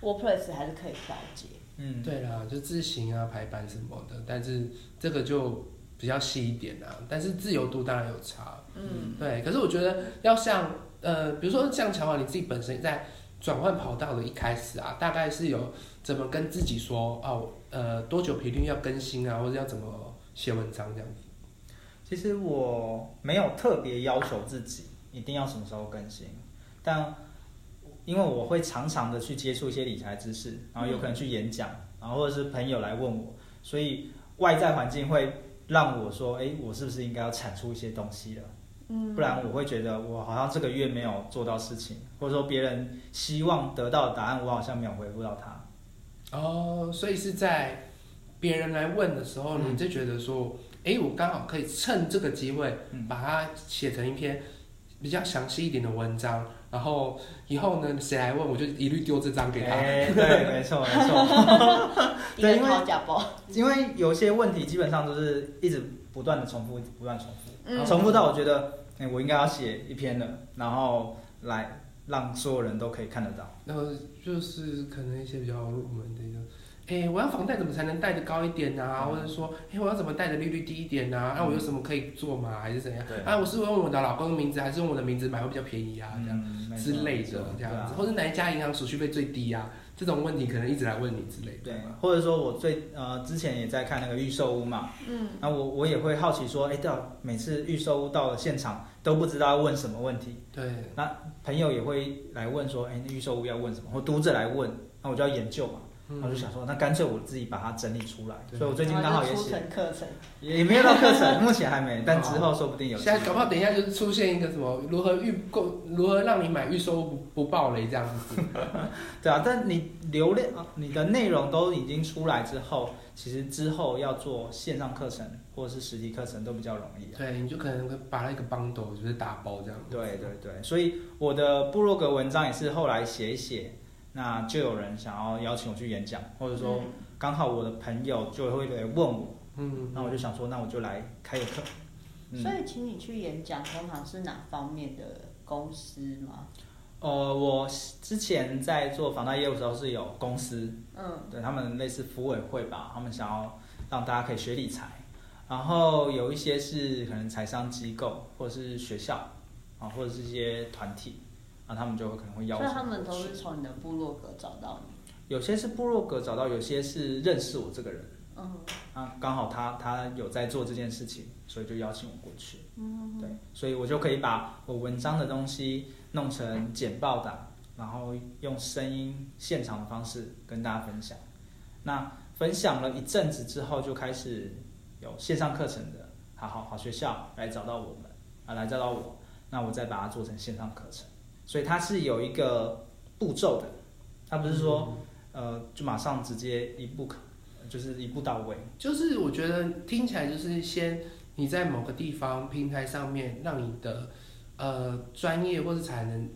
[SPEAKER 2] WordPress 还是可以调节。
[SPEAKER 3] 嗯，
[SPEAKER 1] 对啦，就字形啊、排版什么的，但是这个就比较细一点啊。但是自由度当然有差，
[SPEAKER 2] 嗯，
[SPEAKER 1] 对。可是我觉得要像呃，比如说像乔瓦你自己本身在转换跑道的一开始啊，大概是有怎么跟自己说哦，呃，多久频率要更新啊，或者要怎么写文章这样子。
[SPEAKER 3] 其实我没有特别要求自己一定要什么时候更新，但因为我会常常的去接触一些理财知识，然后有可能去演讲，然后或者是朋友来问我，所以外在环境会让我说，哎，我是不是应该要产出一些东西了？
[SPEAKER 2] 嗯
[SPEAKER 3] 不然我会觉得我好像这个月没有做到事情，或者说别人希望得到的答案，我好像没有回复到他。
[SPEAKER 1] 哦，所以是在别人来问的时候，
[SPEAKER 3] 嗯
[SPEAKER 1] 你就觉得说，哎、我刚好可以趁这个机会
[SPEAKER 3] 嗯，
[SPEAKER 1] 把它写成一篇比较详细一点的文章，然后以后呢，谁来问我就一律丢这张给他。
[SPEAKER 3] 哎、对，没错，没错，
[SPEAKER 2] 嗯一
[SPEAKER 3] 对
[SPEAKER 2] 个
[SPEAKER 3] 因为
[SPEAKER 2] 掏假包，
[SPEAKER 3] 因为有些问题基本上都是一直不断的重复，一直不断地重复，
[SPEAKER 2] 嗯
[SPEAKER 3] 重复到我觉得，哎、我应该要写一篇了，然后来让所有人都可以看得到。
[SPEAKER 1] 然后就是可能一些比较入门的，就哎、我要房贷怎么才能贷的高一点啊？
[SPEAKER 3] 嗯
[SPEAKER 1] 或者说，哎、我要怎么贷的利率低一点啊？那、我有什么可以做吗？还是怎样
[SPEAKER 3] 对？
[SPEAKER 1] 啊，我是用我的老公的名字，还是用我的名字买会比较便宜啊？这样。
[SPEAKER 3] 嗯，没错
[SPEAKER 1] 之类
[SPEAKER 3] 没错
[SPEAKER 1] 的这
[SPEAKER 3] 对
[SPEAKER 1] 样
[SPEAKER 3] 啊
[SPEAKER 1] 子，或者哪一家银行手续费最低啊？这种问题可能一直来问你之类的
[SPEAKER 3] 对
[SPEAKER 1] 嘛。，
[SPEAKER 3] 或者说我最呃之前也在看那个预售屋嘛，
[SPEAKER 2] 嗯，
[SPEAKER 3] 那我我也会好奇说，哎、到每次预售屋到了现场都不知道要问什么问题，
[SPEAKER 1] 对，
[SPEAKER 3] 朋友也会来问说，哎、那预售屋要问什么，或读者来问，那我就要研究嘛，
[SPEAKER 1] 嗯
[SPEAKER 3] 那我就想说，那干脆我自己把它整理出来，
[SPEAKER 1] 对
[SPEAKER 3] 所以我最近刚
[SPEAKER 2] 然
[SPEAKER 3] 好
[SPEAKER 2] 后
[SPEAKER 3] 也
[SPEAKER 2] 就出
[SPEAKER 3] 写，
[SPEAKER 2] 成课程，
[SPEAKER 3] 也也没有到课程，目前还没，但之后说不定有
[SPEAKER 1] 现在
[SPEAKER 3] 机会。
[SPEAKER 1] 搞不好等一下就是出现一个什么如何预购，如何让你买预售不不爆雷这样 子。
[SPEAKER 3] 对啊，但你流量、啊你的内容都已经出来之后，其实之后要做线上课程或者是实体课程都比较容易、啊。
[SPEAKER 1] 对，你就可能把那个帮斗就是打包这样子。
[SPEAKER 3] 对对对，所以我的部落格文章也是后来写一写，那就有人想要邀请我去演讲，或者说
[SPEAKER 2] 嗯
[SPEAKER 3] 刚好我的朋友就会来问我，
[SPEAKER 1] 嗯，
[SPEAKER 3] 那我就想说，那我就来开个课。嗯
[SPEAKER 2] 所以请你去演讲，通常是哪方面的公司吗？
[SPEAKER 3] 呃，我之前在做房贷业务的时候是有公司，
[SPEAKER 2] 嗯，
[SPEAKER 3] 对他们类似服委会吧，他们想要让大家可以学理财，然后有一些是可能财商机构或者是学校啊，或者是一些团体，啊，他们就可能会邀
[SPEAKER 2] 所
[SPEAKER 3] 请
[SPEAKER 2] 以
[SPEAKER 3] 我去。
[SPEAKER 2] 他们都是从你的部落格找到你。
[SPEAKER 3] 有些是部落格找到，有些是认识我这个人
[SPEAKER 2] 嗯
[SPEAKER 3] 啊，刚好他他有在做这件事情，所以就邀请我过去。
[SPEAKER 2] 嗯，
[SPEAKER 3] 对，所以我就可以把我文章的东西弄成简报档，然后用声音现场的方式跟大家分享。那分享了一阵子之后，就开始有线上课程的好好好学校来找到我们啊，来找到我，那我再把它做成线上课程。所以它是有一
[SPEAKER 2] 嗯
[SPEAKER 3] 个步骤的，它不是说、呃，就马上直接一步可就是一步到位。
[SPEAKER 1] 就是我觉得听起来就是先你在某个地方平台上面，让你的呃专业或者才能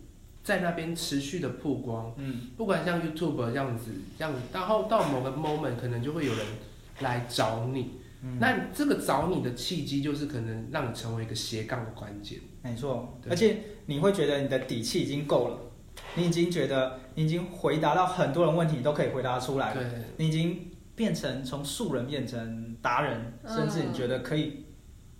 [SPEAKER 1] 在那边持续的曝光，
[SPEAKER 3] 嗯，
[SPEAKER 1] 不管像 YouTube 这样子，这样子，然后到某个 moment 可能就会有人来找你。
[SPEAKER 3] 嗯
[SPEAKER 1] 那这个找你的契机，就是可能让你成为一个斜杠的关键。
[SPEAKER 3] 没错，
[SPEAKER 1] 对
[SPEAKER 3] 而且你会觉得你的底气已经够了，你已经觉得你已经回答到很多人问题，你都可以回答出来了，
[SPEAKER 1] 对，
[SPEAKER 3] 你已经变成从素人变成达人，
[SPEAKER 2] 嗯
[SPEAKER 3] 甚至你觉得可以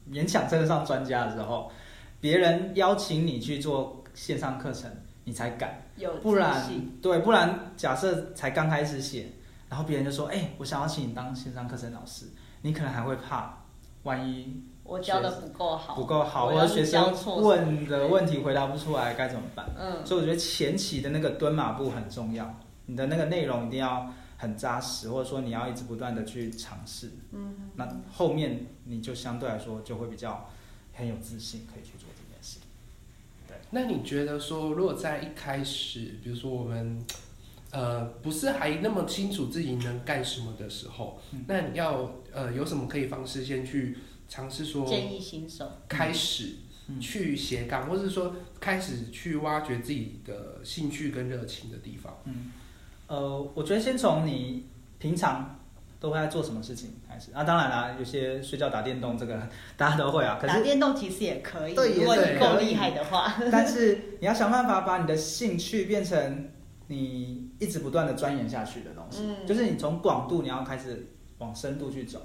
[SPEAKER 3] 勉强称得上专家的时候，别人邀请你去做线上课程，你才敢，
[SPEAKER 2] 有
[SPEAKER 3] 不然
[SPEAKER 2] 自信
[SPEAKER 3] 对，不然假设才刚开始写，然后别人就说，哎、我想要请你当线上课程老师，你可能还会怕，万一
[SPEAKER 2] 我教的不够好，
[SPEAKER 3] 不够好，
[SPEAKER 2] 我
[SPEAKER 3] 或
[SPEAKER 2] 要
[SPEAKER 3] 者
[SPEAKER 2] 是
[SPEAKER 3] 学生
[SPEAKER 2] 教错什么
[SPEAKER 3] 问的问题回答不出来该怎么办？
[SPEAKER 2] 嗯，
[SPEAKER 3] 所以我觉得前期的那个蹲马步很重要，你的那个内容一定要很扎实，或者说你要一直不断的去尝试。嗯，那后面你就相对来说就会比较很有自信，可以去做这件事。
[SPEAKER 1] 那你觉得说，如果在一开始，比如说我们呃不是还那么清楚自己能干什么的时候，
[SPEAKER 3] 嗯
[SPEAKER 1] 那你要呃有什么可以方式先去尝试说
[SPEAKER 2] 建议新手，
[SPEAKER 1] 开始
[SPEAKER 3] 嗯
[SPEAKER 1] 去斜杠，或者说开始去挖掘自己的兴趣跟热情的地方？
[SPEAKER 3] 呃，我觉得先从你平常都会在做什么事情开始。啊那、当然啦，有些睡觉打电动这个大家都会啊，可是
[SPEAKER 2] 打电动其实也可以，
[SPEAKER 3] 对
[SPEAKER 2] 如果
[SPEAKER 1] 也
[SPEAKER 2] 你
[SPEAKER 1] 是
[SPEAKER 2] 够
[SPEAKER 3] 可以
[SPEAKER 2] 厉害的话，
[SPEAKER 3] 但是你要想办法把你的兴趣变成你一直不断的钻研下去的东西，
[SPEAKER 2] 嗯
[SPEAKER 3] 就是你从广度你要开始往深度去走。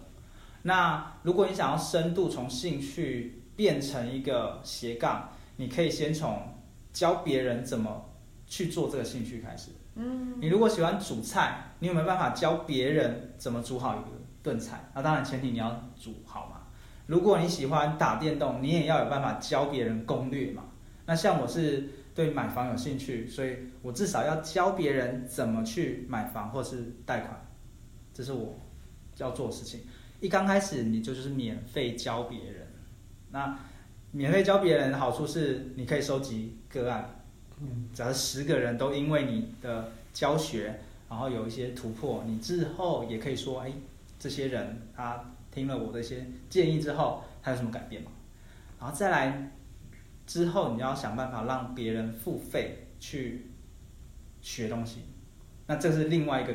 [SPEAKER 3] 那如果你想要深度从兴趣变成一个斜杠，你可以先从教别人怎么去做这个兴趣开始。嗯，你如果喜欢煮菜，你有没有办法教别人怎么煮好一个炖菜？那当然前提你要煮好嘛。如果你喜欢打电动，你也要有办法教别人攻略嘛。那像我是对买房有兴趣，所以我至少要教别人怎么去买房或是贷款，这是我要做的事情。一刚开始你就就是免费教别人，那免费教别人的好处是你可以收集个案，
[SPEAKER 1] 嗯，
[SPEAKER 3] 假如十个人都因为你的教学，然后有一些突破，你之后也可以说，哎，这些人他听了我的一些建议之后，他有什么改变吗？然后再来之后，你要想办法让别人付费去学东西，那这是另外一个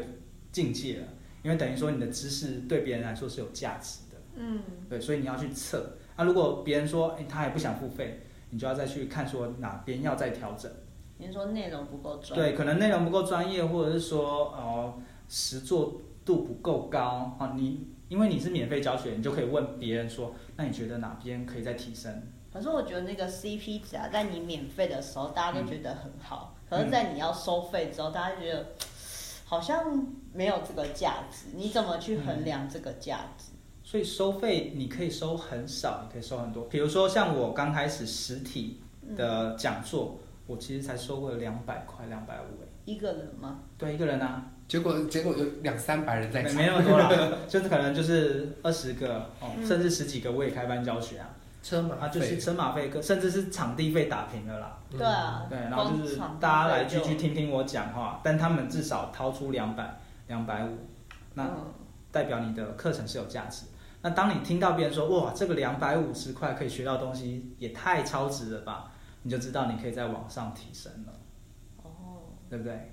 [SPEAKER 3] 境界了，因为等于说你的知识对别人来说是有价值的，
[SPEAKER 2] 嗯，
[SPEAKER 3] 对，所以你要去测。那、如果别人说，哎，他还不想付费，你就要再去看说哪边要再调整。
[SPEAKER 2] 你说内容不够专，
[SPEAKER 3] 对，可能内容不够专业，或者是说哦、实作度不够高啊。你因为你是免费教学，你就可以问别人说，那你觉得哪边可以再提升？
[SPEAKER 2] 可是我觉得那个 CP 值啊，在你免费的时候，大家都觉得很好；
[SPEAKER 3] 嗯
[SPEAKER 2] 可是，在你要收费之后，大家就觉得嘖 好像没有这个价值。你怎么去衡量这个价值？
[SPEAKER 3] 所以收费你可以收很少，也可以收很多。比如说像我刚开始实体的讲座，我其实才收过两百块、两百五，欸
[SPEAKER 2] 一个人吗？
[SPEAKER 3] 对一个人啊，
[SPEAKER 1] 结果结果有两三百人在
[SPEAKER 3] 没
[SPEAKER 1] 场，
[SPEAKER 3] 没那么多啦， 就是可能就是二十个哦，甚至十几个我也开班教学啊，
[SPEAKER 1] 车马
[SPEAKER 3] 啊就是
[SPEAKER 1] 费
[SPEAKER 3] 车马费跟甚至是场地费打平了啦。
[SPEAKER 1] 嗯
[SPEAKER 2] 对啊，
[SPEAKER 3] 对，然后就是
[SPEAKER 2] 光场
[SPEAKER 3] 大家来
[SPEAKER 2] 地
[SPEAKER 3] 继
[SPEAKER 2] 费
[SPEAKER 3] 续
[SPEAKER 2] 就
[SPEAKER 3] 听听我讲话，但他们至少掏出两百、两百五，那
[SPEAKER 2] 嗯
[SPEAKER 3] 代表你的课程是有价值。那当你听到别人说哇，这个两百五十块可以学到东西，也太超值了吧，你就知道你可以在往上提升了，
[SPEAKER 2] 哦，
[SPEAKER 3] 对不对？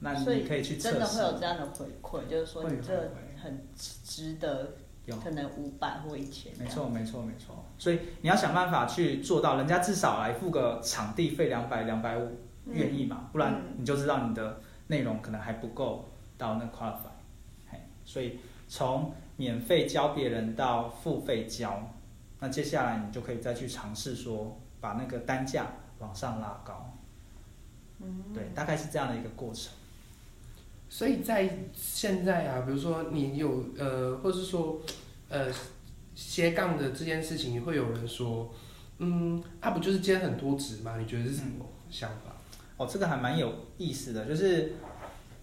[SPEAKER 3] 那
[SPEAKER 2] 所
[SPEAKER 3] 你
[SPEAKER 2] 以
[SPEAKER 3] 可以去测
[SPEAKER 2] 真的
[SPEAKER 3] 试
[SPEAKER 2] 会，有这样的回馈，就是说
[SPEAKER 3] 会
[SPEAKER 2] 你这
[SPEAKER 3] 会
[SPEAKER 2] 很值得
[SPEAKER 3] 有，
[SPEAKER 2] 可能五百或一千。
[SPEAKER 3] 没，错，没错，没错。所以你要想办法去做到，人家至少来付个场地费两百、两百五，愿意嘛，不然
[SPEAKER 2] 嗯
[SPEAKER 3] 你就知道你的内容可能还不够到那 qualify，嘿，所以从免费教别人到付费教，那接下来你就可以再去尝试说把那个单价往上拉高，
[SPEAKER 2] 嗯，
[SPEAKER 3] 对，大概是这样的一个过程。
[SPEAKER 1] 所以在现在啊，比如说你有呃，或是说呃斜杠的这件事情，会有人说，嗯，啊不就是兼很多职吗？你觉得是什么想法？
[SPEAKER 3] 哦，这个还蛮有意思的，就是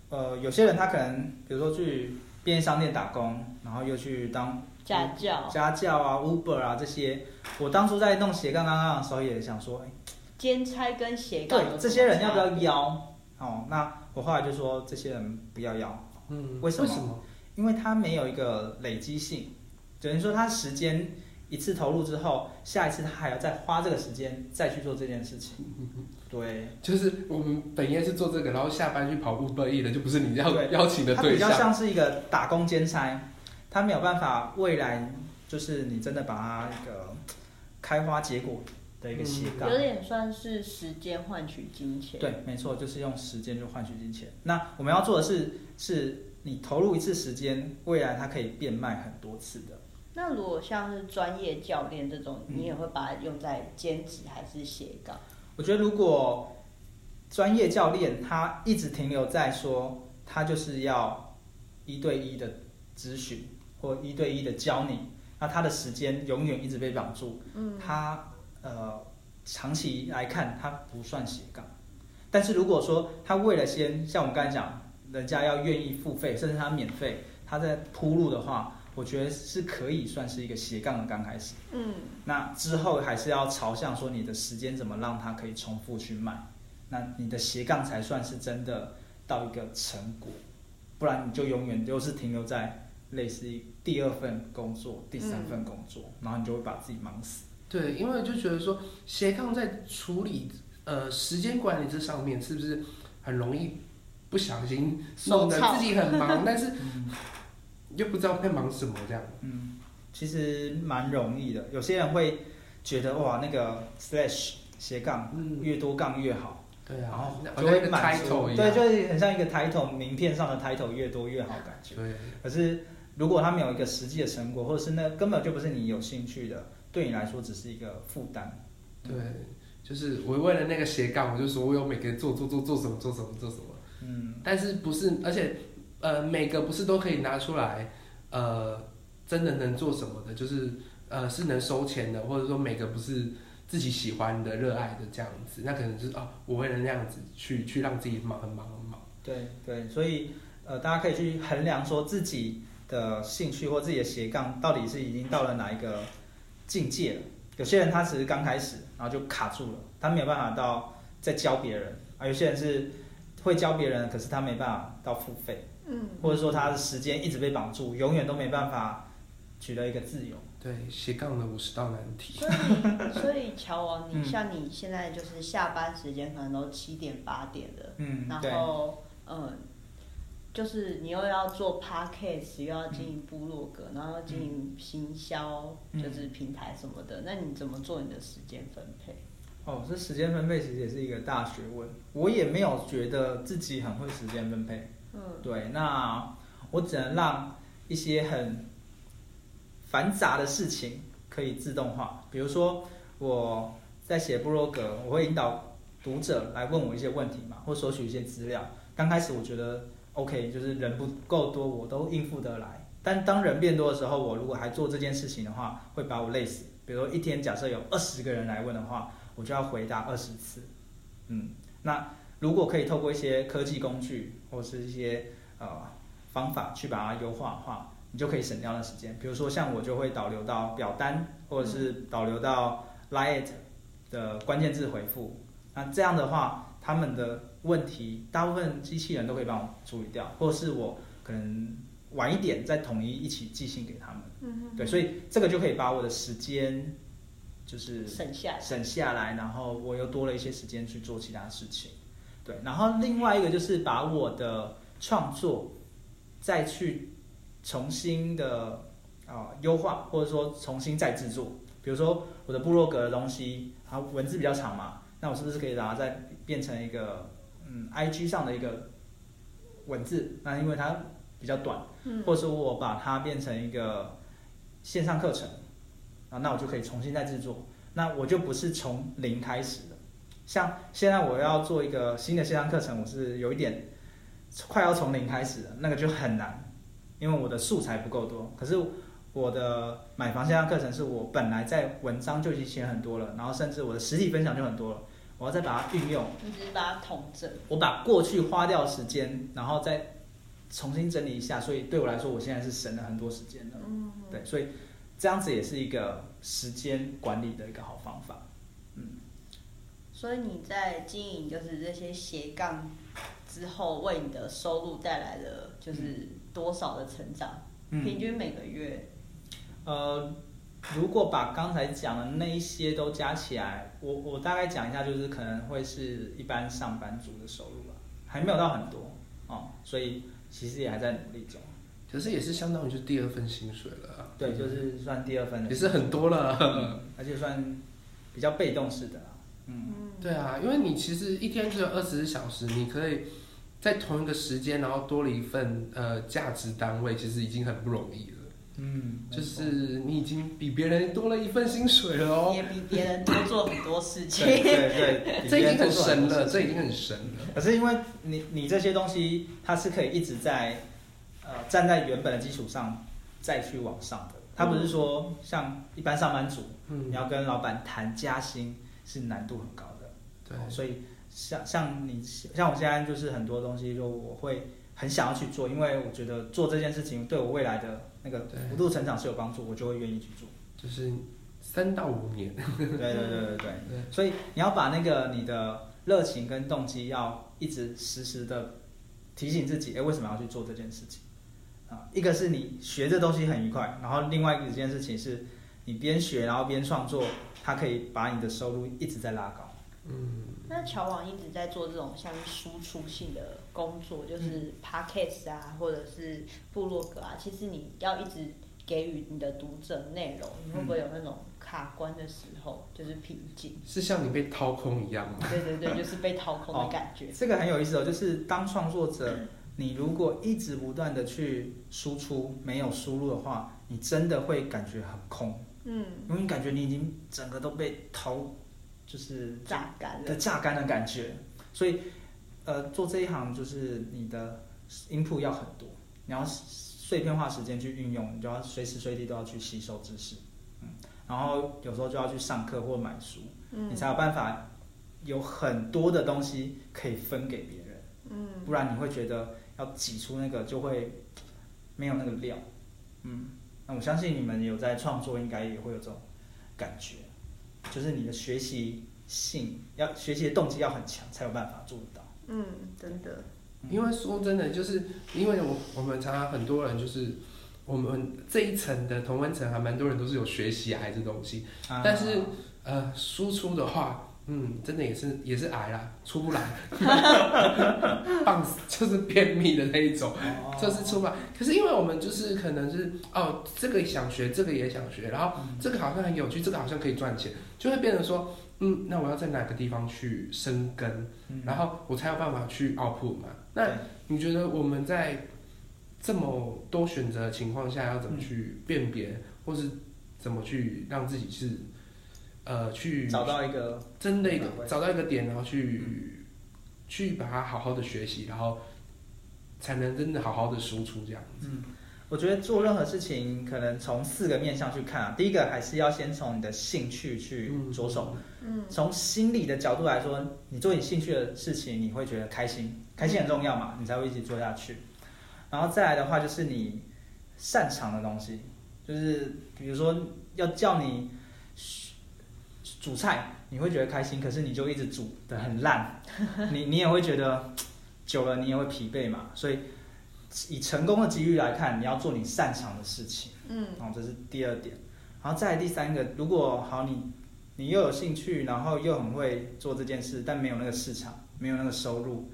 [SPEAKER 3] 呃，有些人他可能比如说去便利商店打工，然后又去当
[SPEAKER 2] 嗯家教
[SPEAKER 3] 家教啊、Uber 啊这些。我当初在弄斜杠刚刚的时候，也想说，哎
[SPEAKER 2] 兼差跟斜杠有什
[SPEAKER 3] 对，
[SPEAKER 2] 么
[SPEAKER 3] 这些
[SPEAKER 1] 啊
[SPEAKER 3] 人要不要
[SPEAKER 2] 差别？
[SPEAKER 3] 邀？哦，那我后来就说这些人不要邀，
[SPEAKER 1] 嗯，
[SPEAKER 3] 为什么
[SPEAKER 1] 什么？
[SPEAKER 3] 因为它没有一个累积性，等于说它时间一次投入之后，下一次他还要再花这个时间再去做这件事情。
[SPEAKER 1] 嗯
[SPEAKER 3] 对，
[SPEAKER 1] 就是我们本业是做这个，然后下班去跑步奔逸的，就不是你 要
[SPEAKER 3] 对
[SPEAKER 1] 邀请的
[SPEAKER 3] 它
[SPEAKER 1] 对
[SPEAKER 3] 比较
[SPEAKER 1] 象。
[SPEAKER 3] 像是一个打工兼差，它没有办法未来就是你真的把它一个开花结果的一
[SPEAKER 1] 嗯
[SPEAKER 3] 个斜杠。
[SPEAKER 2] 有点算是时间换取金钱。，
[SPEAKER 3] 对，没错，就是用时间去换取金钱。那我们要做的是，是你投入一次时间，未来它可以变卖很多次的。
[SPEAKER 2] 那如果像是专业教练这种，
[SPEAKER 3] 嗯
[SPEAKER 2] 你也会把它用在兼职还是斜杠？
[SPEAKER 3] 我觉得如果专业教练他一直停留在说他就是要一对一的咨询或一对一的教你，那他的时间永远一直被绑住，嗯，他呃长期来看他不算斜杠，但是如果说他为了先像我们刚才讲，人家要愿意付费，甚至他免费，他在铺路的话，我觉得是可以算是一个斜杠的刚开始。
[SPEAKER 2] 嗯，
[SPEAKER 3] 那之后还是要朝向说你的时间怎么让它可以重复去卖，那你的斜杠才算是真的到一个成果，不然你就永远都是停留在类似于第二份工作、第三份工作，然后你就会把自己忙死。
[SPEAKER 1] 对，因为就觉得说斜杠在处理呃时间管理这上面，是不是很容易不小心弄得
[SPEAKER 2] 手糙
[SPEAKER 1] 自己很 忙，但是又不知道在忙什么这样。
[SPEAKER 3] 嗯，其实蛮容易的，有些人会觉得哇，那个 slash 斜杠
[SPEAKER 1] 嗯，
[SPEAKER 3] 越多杠越好。
[SPEAKER 1] 对
[SPEAKER 3] 然
[SPEAKER 1] 啊
[SPEAKER 3] 后，
[SPEAKER 1] 好
[SPEAKER 3] 就
[SPEAKER 1] 像一
[SPEAKER 3] 会
[SPEAKER 1] 个
[SPEAKER 3] 满
[SPEAKER 1] title
[SPEAKER 3] 足，
[SPEAKER 1] 一
[SPEAKER 3] 对，
[SPEAKER 1] 样。
[SPEAKER 3] 就是很像一个 title，名片上的 title 越多越好感觉。
[SPEAKER 1] 对，
[SPEAKER 3] 可是如果他没有一个实际的成果，或者是那根本就不是你有兴趣的，对你来说只是一个负担。
[SPEAKER 1] 对，
[SPEAKER 3] 嗯
[SPEAKER 1] 就是我为了那个斜杠，我就说我有每个做做做做什么做什么做什么，
[SPEAKER 3] 嗯，
[SPEAKER 1] 但是不是，而且呃每个不是都可以拿出来，呃真的能做什么的，就是呃是能收钱的，或者说每个不是自己喜欢的、热爱的这样子，那可能就是哦，我为了那样子去去让自己忙很忙很忙，
[SPEAKER 3] 对对，所以呃，大家可以去衡量说自己的兴趣或自己的斜杠到底是已经到了哪一个境界了。有些人他只是刚开始，然后就卡住了，他没有办法到再教别人啊。有些人是会教别人，可是他没办法到付费，嗯，或者说他的时间一直被绑住，永远都没办法取得一个自由。
[SPEAKER 1] 对斜杠的五十道难题，
[SPEAKER 2] 所以所以乔王，你
[SPEAKER 3] 嗯
[SPEAKER 2] 像你现在就是下班时间可能都七点八点了，
[SPEAKER 3] 嗯，
[SPEAKER 2] 然
[SPEAKER 3] 对。
[SPEAKER 2] 后嗯，就是你又要做 podcast，又要经营部落格，然后经营行销，
[SPEAKER 3] 嗯
[SPEAKER 2] 就是平台什么的，那你怎么做你的时间分配？
[SPEAKER 3] 哦，这时间分配其实也是一个大学问。我也没有觉得自己很会时间分配。
[SPEAKER 2] 嗯
[SPEAKER 3] 对，那我只能让一些很繁杂的事情可以自动化。比如说我在写部落格，我会引导读者来问我一些问题嘛，或索取一些资料。刚开始我觉得 OK，就是人不够多，我都应付得来。但当人变多的时候，我如果还做这件事情的话，会把我累死。比如说一天假设有二十个人来问的话，我就要回答二十次。嗯，那如果可以透过一些科技工具或是一些呃方法去把它优化的话，你就可以省掉那时间。比如说像我就会导流到表单，或者是导流到 Lite 的关键字回复。那这样的话，他们的问题大部分机器人都可以帮我处理掉，或者是我可能晚一点再统一一起寄信给他们。
[SPEAKER 2] 嗯，
[SPEAKER 3] 对，所以这个就可以把我的时间就是
[SPEAKER 2] 省下来。
[SPEAKER 3] 省下来，然后我又多了一些时间去做其他事情。对，然后另外一个就是把我的创作再去重新的啊、优化，或者说重新再制作。比如说我的部落格的东西，它文字比较长嘛，那我是不是可以把它再变成一个嗯 IG 上的一个文字？那因为它比较短，
[SPEAKER 2] 嗯
[SPEAKER 3] 或者说我把它变成一个线上课程啊，那我就可以重新再制作。那我就不是从零开始的。像现在我要做一个新的线上课程，我是有一点快要从零开始的，那个就很难，因为我的素材不够多。可是我的买房线上课程是我本来在文章就已经写很多了，然后甚至我的实体分享就很多了，我要再把它运用。
[SPEAKER 2] 你只是把它统整，
[SPEAKER 3] 我把过去花掉的时间，然后再重新整理一下，所以对我来说，我现在是省了很多时间的。嗯，对，所以这样子也是一个时间管理的一个好方法。嗯，
[SPEAKER 2] 所以你在经营就是这些斜杠之后，为你的收入带来了就是多少的成长？平均每个月
[SPEAKER 3] 呃，如果把刚才讲的那一些都加起来，我我大概讲一下，就是可能会是一般上班族的收入吧，还没有到很多哦，所以其实也还在努力中。
[SPEAKER 1] 可是也是相当于就第二份薪水了啊、
[SPEAKER 3] 对，就是算第二份的，
[SPEAKER 1] 也是很多了。
[SPEAKER 3] 嗯，而且算比较被动式的啦。嗯，
[SPEAKER 1] 对啊，因为你其实一天只有二十四小时，你可以在同一个时间，然后多了一份呃价值单位，其实已经很不容易了。
[SPEAKER 3] 嗯，
[SPEAKER 1] 就是你已经比别人多了一份薪水了哦，
[SPEAKER 2] 也比别人多做很多事情。
[SPEAKER 3] 对对对，
[SPEAKER 1] 这已经很
[SPEAKER 3] 神
[SPEAKER 1] 神了，这已经很神了。
[SPEAKER 3] 可是因为你你这些东西，它是可以一直在呃站在原本的基础上再去往上的。它不是说像一般上班族，
[SPEAKER 1] 嗯
[SPEAKER 3] 你，要跟老板谈加薪是难度很高的。
[SPEAKER 1] 对
[SPEAKER 3] 哦所以像像你像我现在就是很多东西，就我会很想要去做，因为我觉得做这件事情对我未来的那个
[SPEAKER 1] 对
[SPEAKER 3] 幅度成长是有帮助，我就会愿意去做。
[SPEAKER 1] 就是三到五年，
[SPEAKER 3] 对 对对对对
[SPEAKER 1] 对，
[SPEAKER 3] 所以你要把那个你的热情跟动机要一直时时的提醒自己，哎，为什么要去做这件事情？啊，一个是你学这东西很愉快，然后另外一件事情是你边学然后边创作，它可以把你的收入一直在拉高。
[SPEAKER 1] 嗯，
[SPEAKER 2] 那乔王一直在做这种像输出性的工作，就是 podcast 啊，或者是部落格啊。其实你要一直给予你的读者内容，你会不会有那种卡关的时候，就是瓶颈？
[SPEAKER 1] 是像你被掏空一样吗？
[SPEAKER 2] 对对对，就是被掏空的感觉。
[SPEAKER 3] 这个很有意思哦，就是当创作者，你如果一直不断的去输出，没有输入的话，你真的会感觉很空，
[SPEAKER 2] 嗯，
[SPEAKER 3] 因为你感觉你已经整个都被投，就是
[SPEAKER 2] 榨干
[SPEAKER 3] 的
[SPEAKER 2] 了。
[SPEAKER 3] 榨干的感觉。所以，呃，做这一行就是你的 input 要很多，你要碎片化时间去运用，你就要随时随地都要去吸收知识，嗯，然后有时候就要去上课或买书，
[SPEAKER 2] 嗯
[SPEAKER 3] 你才有办法有很多的东西可以分给别人，
[SPEAKER 2] 嗯
[SPEAKER 3] 不然你会觉得要挤出那个就会没有那个料，嗯，那我相信你们有在创作，应该也会有这种感觉，就是你的学习性要学习的动机要很强，才有办法做得到。
[SPEAKER 2] 嗯，真的。
[SPEAKER 1] 因为说真的，就是因为我我们常常很多人就是我们这一层的同温层还蛮多人都是有学习癌这东西，
[SPEAKER 3] 啊
[SPEAKER 1] 但是呃，输出的话，嗯，真的也是也是癌啦，出不来， 棒死，就是便秘的那一种，
[SPEAKER 3] 哦
[SPEAKER 1] 就是出不来。可是因为我们就是可能是哦，这个想学，这个也想学，然后
[SPEAKER 3] 嗯
[SPEAKER 1] 这个好像很有趣，这个好像可以赚钱，就会变成说，嗯，那我要在哪个地方去生根，
[SPEAKER 3] 嗯
[SPEAKER 1] 然后我才有办法去 output 嘛。那
[SPEAKER 3] 对
[SPEAKER 1] 你觉得我们在这么多选择的情况下，要怎么
[SPEAKER 3] 嗯
[SPEAKER 1] 去辨别，或是怎么去让自己是呃去
[SPEAKER 3] 嗯找到一个
[SPEAKER 1] 真的一个
[SPEAKER 3] 哪位嗯
[SPEAKER 1] 找到一个点，然后去、去把它好好的学习，然后才能真的好好的输出这样。
[SPEAKER 3] 嗯，我觉得做任何事情，可能从四个面向去看啊。第一个还是要先从你的兴趣去着
[SPEAKER 2] 嗯
[SPEAKER 3] 手。从心理的角度来说，你做你兴趣的事情，你会觉得开心，开心很重要嘛，你才会一直做下去。然后再来的话，就是你擅长的东西，就是比如说要叫你煮菜，你会觉得开心，可是你就一直煮的很烂，你你也会觉得久了你也会疲惫嘛。所以以成功的机遇来看，你要做你擅长的事情。
[SPEAKER 2] 嗯
[SPEAKER 3] 然后这是第二点，然后再来第三个，如果好你你又有兴趣，然后又很会做这件事，但没有那个市场，没有那个收入，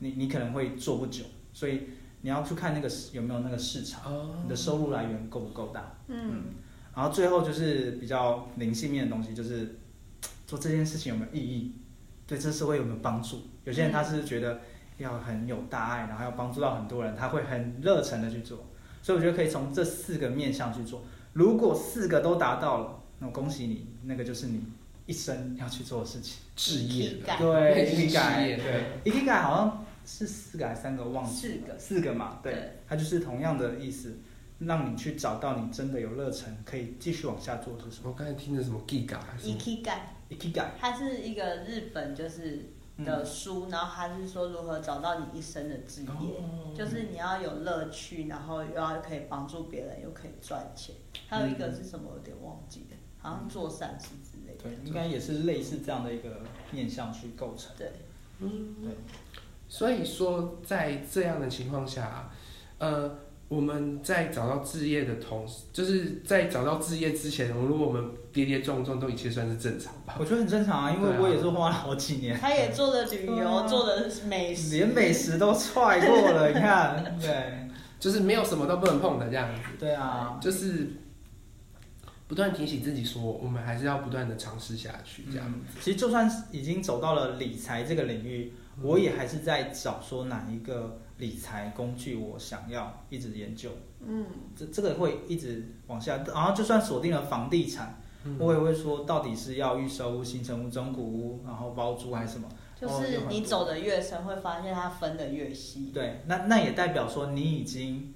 [SPEAKER 3] 你你可能会做不久，所以你要去看那个市有没有那个市场，
[SPEAKER 1] 哦
[SPEAKER 3] 你的收入来源够不够大。
[SPEAKER 2] 嗯
[SPEAKER 3] 然后最后就是比较灵性面的东西，就是嘖做这件事情有没有意义，对这社会有没有帮助。有些人他是觉得要很有大爱，然后要帮助到很多人，他会很热忱的去做。所以我觉得可以从这四个面向去做。如果四个都达到了，那我恭喜你，那个就是你一生要去做的事情。
[SPEAKER 1] 置业啊的
[SPEAKER 2] Ikigai
[SPEAKER 1] 对
[SPEAKER 3] 一
[SPEAKER 1] 一
[SPEAKER 3] 个改
[SPEAKER 1] 改
[SPEAKER 3] 对，一个改好像是四个还是三个，忘记了四个嘛，对，
[SPEAKER 2] 对
[SPEAKER 3] 它就是同样的意思，让你去找到你真的有热忱，可以继续往下做的是什么。
[SPEAKER 1] 我刚才听的什么 Giga 还是什么
[SPEAKER 2] Ikigai，
[SPEAKER 3] 一个改，
[SPEAKER 2] 它是一个日本就是
[SPEAKER 3] 嗯
[SPEAKER 2] 的书，然后它是说如何找到你一生的职业，
[SPEAKER 1] 哦
[SPEAKER 2] 就是你要有乐趣，然后又要可以帮助别人，又可以赚钱。还有一个是什么，我有点忘记了，好像做善事之类
[SPEAKER 3] 对，应该也是类似这样的一个面向去构成。
[SPEAKER 2] 对，
[SPEAKER 1] 嗯
[SPEAKER 3] 对，
[SPEAKER 1] 所以说在这样的情况下，呃，我们在找到置业的同时，就是在找到置业之前，如果我们跌跌撞撞，都一切算是正常吧。
[SPEAKER 3] 我觉得很正常啊，因为
[SPEAKER 1] 对啊
[SPEAKER 3] 我也是花了好几年，
[SPEAKER 2] 他也做了旅
[SPEAKER 3] 对啊
[SPEAKER 2] 游，做了美食，
[SPEAKER 3] 连美食都踹过了，你看，对，
[SPEAKER 1] 就是没有什么都不能碰的这样子，
[SPEAKER 3] 对啊，
[SPEAKER 1] 就是不断提醒自己说，我们还是要不断的尝试下去这样。
[SPEAKER 3] 嗯，其实就算是已经走到了理财这个领域，我也还是在找说哪一个理财工具我想要一直研究，
[SPEAKER 2] 嗯，
[SPEAKER 3] 这这个会一直往下，然后就算锁定了房地产，
[SPEAKER 1] 嗯
[SPEAKER 3] 我也会说到底是要预售屋、新城屋、中古屋，然后包租还是什么？
[SPEAKER 2] 就
[SPEAKER 3] 哦有
[SPEAKER 2] 是
[SPEAKER 3] 很
[SPEAKER 2] 你
[SPEAKER 3] 多
[SPEAKER 2] 走的越深，会发现它分的越细。
[SPEAKER 3] 对，那那也代表说你已经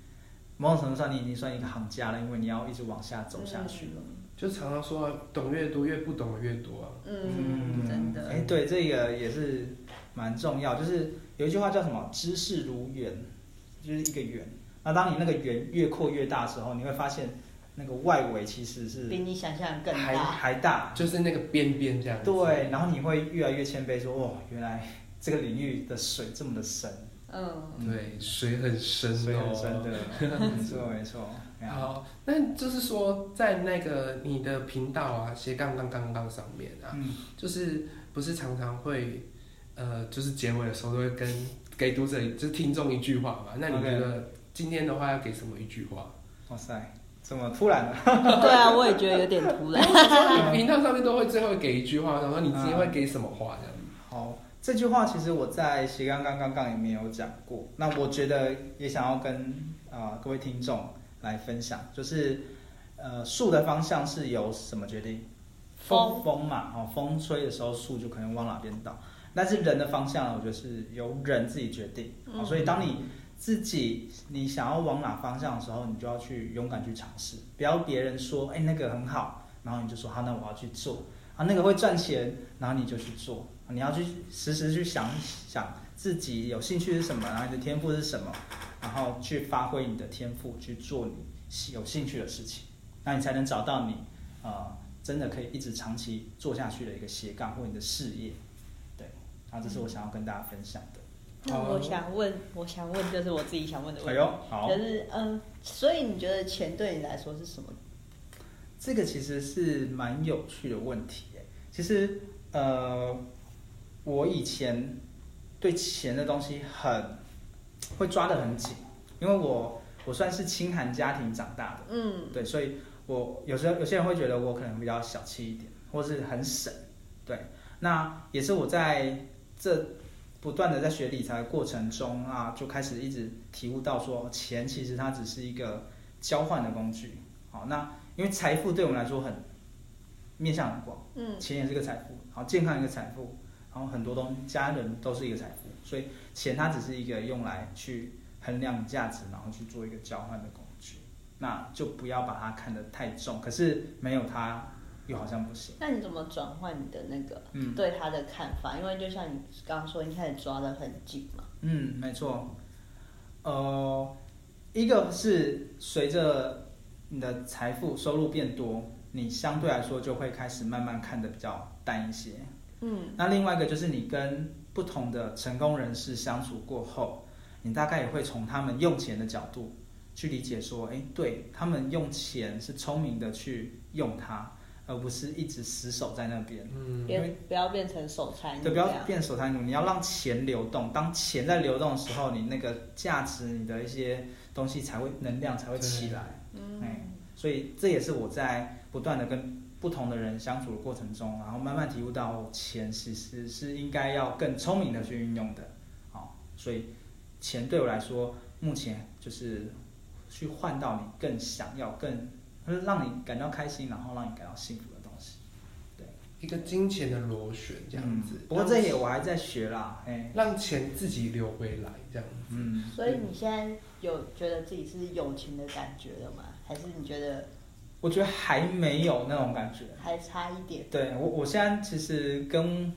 [SPEAKER 3] 某种程度上你已经算一个行家了，因为你要一直往下走下去了。
[SPEAKER 1] 就常常说，懂越多，越不懂的越多啊。
[SPEAKER 2] 嗯，真的，
[SPEAKER 3] 哎，对，这个也是蛮重要，就是有一句话叫什么“知识如圆”，就是一个圆。那当你那个圆越扩越大的时候，你会发现那个外围其实是
[SPEAKER 2] 比你想象更
[SPEAKER 3] 还
[SPEAKER 2] 大。
[SPEAKER 3] 还大。
[SPEAKER 1] 啊就是那个边边这样子。
[SPEAKER 3] 对，然后你会越来越谦卑说，哦，原来这个领域的水这么的深，
[SPEAKER 2] 嗯，
[SPEAKER 1] 对，水很深
[SPEAKER 3] 水
[SPEAKER 1] 哦，
[SPEAKER 3] 很深。 的，没错没错。哎呀
[SPEAKER 1] 好，那就是说，在那个你的频道啊，斜杠杠杠杠上面啊，
[SPEAKER 3] 嗯，
[SPEAKER 1] 就是不是常常会，呃，就是结尾的时候都会跟给读者就是听众一句话嘛？那你
[SPEAKER 3] OK
[SPEAKER 1] 觉得今天的话要给什么一句话？
[SPEAKER 3] 哇塞，怎么突 然了？
[SPEAKER 2] 对啊，我也觉得有点突然。
[SPEAKER 3] 啊
[SPEAKER 1] 你频道上面都会最后给一句话，然后你今天会给什么话这样子？
[SPEAKER 3] 好，这句话其实我在斜杠杠杠杠里面有讲过。那我觉得也想要跟啊、呃各位听众来分享，就是呃树的方向是由什么决定？
[SPEAKER 2] 风
[SPEAKER 3] 风嘛，哦，风吹的时候树就可能往哪边倒。但是人的方向呢，我觉得是由人自己决定。哦、
[SPEAKER 2] 嗯
[SPEAKER 3] 所以当你自己你想要往哪方向的时候，你就要去勇敢去尝试，不要别人说哎那个很好，然后你就说好那我要去做。啊，那个会赚钱，然后你就去做。啊你要去时时去想想自己有兴趣是什么，然后你的天赋是什么，然后去发挥你的天赋去做你喜有兴趣的事情，那你才能找到你呃真的可以一直长期做下去的一个斜杠或你的事业。对，然后这是我想要跟大家分享的。
[SPEAKER 2] 那我想问，我想问，就是我自己想问的
[SPEAKER 3] 哎
[SPEAKER 2] 问
[SPEAKER 3] 呦
[SPEAKER 2] 题，，
[SPEAKER 3] 好
[SPEAKER 2] 就，是嗯，所以你觉得钱对你来说是什么？
[SPEAKER 3] 这个其实是蛮有趣的问题耶。其实呃，我以前对钱的东西很会抓得很紧，因为我我算是清寒家庭长大的，
[SPEAKER 2] 嗯
[SPEAKER 3] 对，所以我有时候有些人会觉得我可能比较小气一点，或是很省，对。那也是我在这不断的在学理财的过程中啊，就开始一直体悟到说，钱其实它只是一个交换的工具。好，那因为财富对我们来说很面向很广。
[SPEAKER 2] 嗯
[SPEAKER 3] 钱也是一个财富，然后健康也是一个财富，然后很多东西家人都是一个财富，所以钱它只是一个用来去衡量价值，然后去做一个交换的工具，那就不要把它看得太重，可是没有它又好像不行，
[SPEAKER 2] 那你怎么转换你的那个
[SPEAKER 3] 嗯
[SPEAKER 2] 对他的看法？因为就像你刚刚说，你开始抓得很紧嘛。
[SPEAKER 3] 嗯，没错，呃，一个是随着你的财富收入变多，你相对来说就会开始慢慢看得比较淡一些，
[SPEAKER 2] 嗯
[SPEAKER 3] 那另外一个就是你跟不同的成功人士相处过后，你大概也会从他们用钱的角度去理解说，哎，对他们用钱是聪明的去用它，而不是一直死守在那边。
[SPEAKER 1] 嗯，
[SPEAKER 2] 别不要变成手残
[SPEAKER 3] 对，
[SPEAKER 2] 这
[SPEAKER 3] 不要
[SPEAKER 2] 样。
[SPEAKER 3] 变守财奴，你要让钱流动。当钱在流动的时候，你那个价值、你的一些东西才会能量才会起来。哎
[SPEAKER 2] 嗯，
[SPEAKER 3] 所以这也是我在不断的跟不同的人相处的过程中，然后慢慢体悟到钱其实是应该要更聪明的去运用的，哦，所以钱对我来说，目前就是去换到你更想要、更让你感到开心，然后让你感到幸福的东西，
[SPEAKER 1] 一个金钱的螺旋这样子。
[SPEAKER 3] 嗯不过
[SPEAKER 1] 让
[SPEAKER 3] 这也我还在学啦，哎，
[SPEAKER 1] 让钱自己流回来这样子。
[SPEAKER 3] 嗯，
[SPEAKER 2] 所以你现在有觉得自己是有钱的感觉了吗？还是你觉得
[SPEAKER 3] 我觉得还没有那种感觉，
[SPEAKER 2] 还差一点？
[SPEAKER 3] 对我，我现在其实跟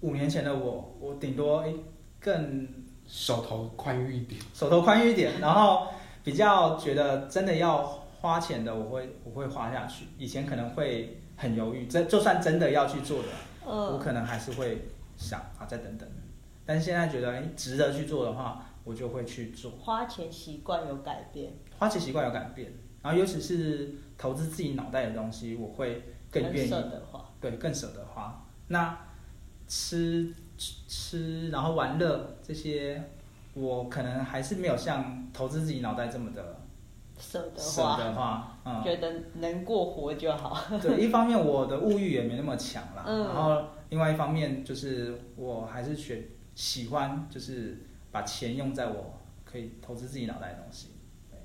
[SPEAKER 3] 五年前的我，我顶多哎更
[SPEAKER 1] 手头宽裕一点，
[SPEAKER 3] 手头宽裕一点，然后比较觉得真的要花钱的，我会我会花下去。以前可能会很犹豫，这就算真的要去做的，我
[SPEAKER 2] 嗯，
[SPEAKER 3] 可能还是会想啊，再等等。但是现在觉得，哎，值得去做的话，我就会去做。
[SPEAKER 2] 呃花钱习惯有改变，
[SPEAKER 3] 花钱习惯有改变，然后尤其是投资自己脑袋的东西，我会更
[SPEAKER 2] 很
[SPEAKER 3] 愿
[SPEAKER 2] 省
[SPEAKER 3] 意
[SPEAKER 2] 的话，
[SPEAKER 3] 对更舍得花。那吃吃吃，然后玩乐这些，我可能还是没有像投资自己脑袋这么的
[SPEAKER 2] 舍得
[SPEAKER 3] 舍
[SPEAKER 2] 花，
[SPEAKER 3] 得花。嗯，
[SPEAKER 2] 觉得能过活就好。
[SPEAKER 3] 对，一方面我的物欲也没那么强啦，
[SPEAKER 2] 嗯
[SPEAKER 3] 然后另外一方面就是我还是选喜欢，就是把钱用在我可以投资自己脑袋的东西。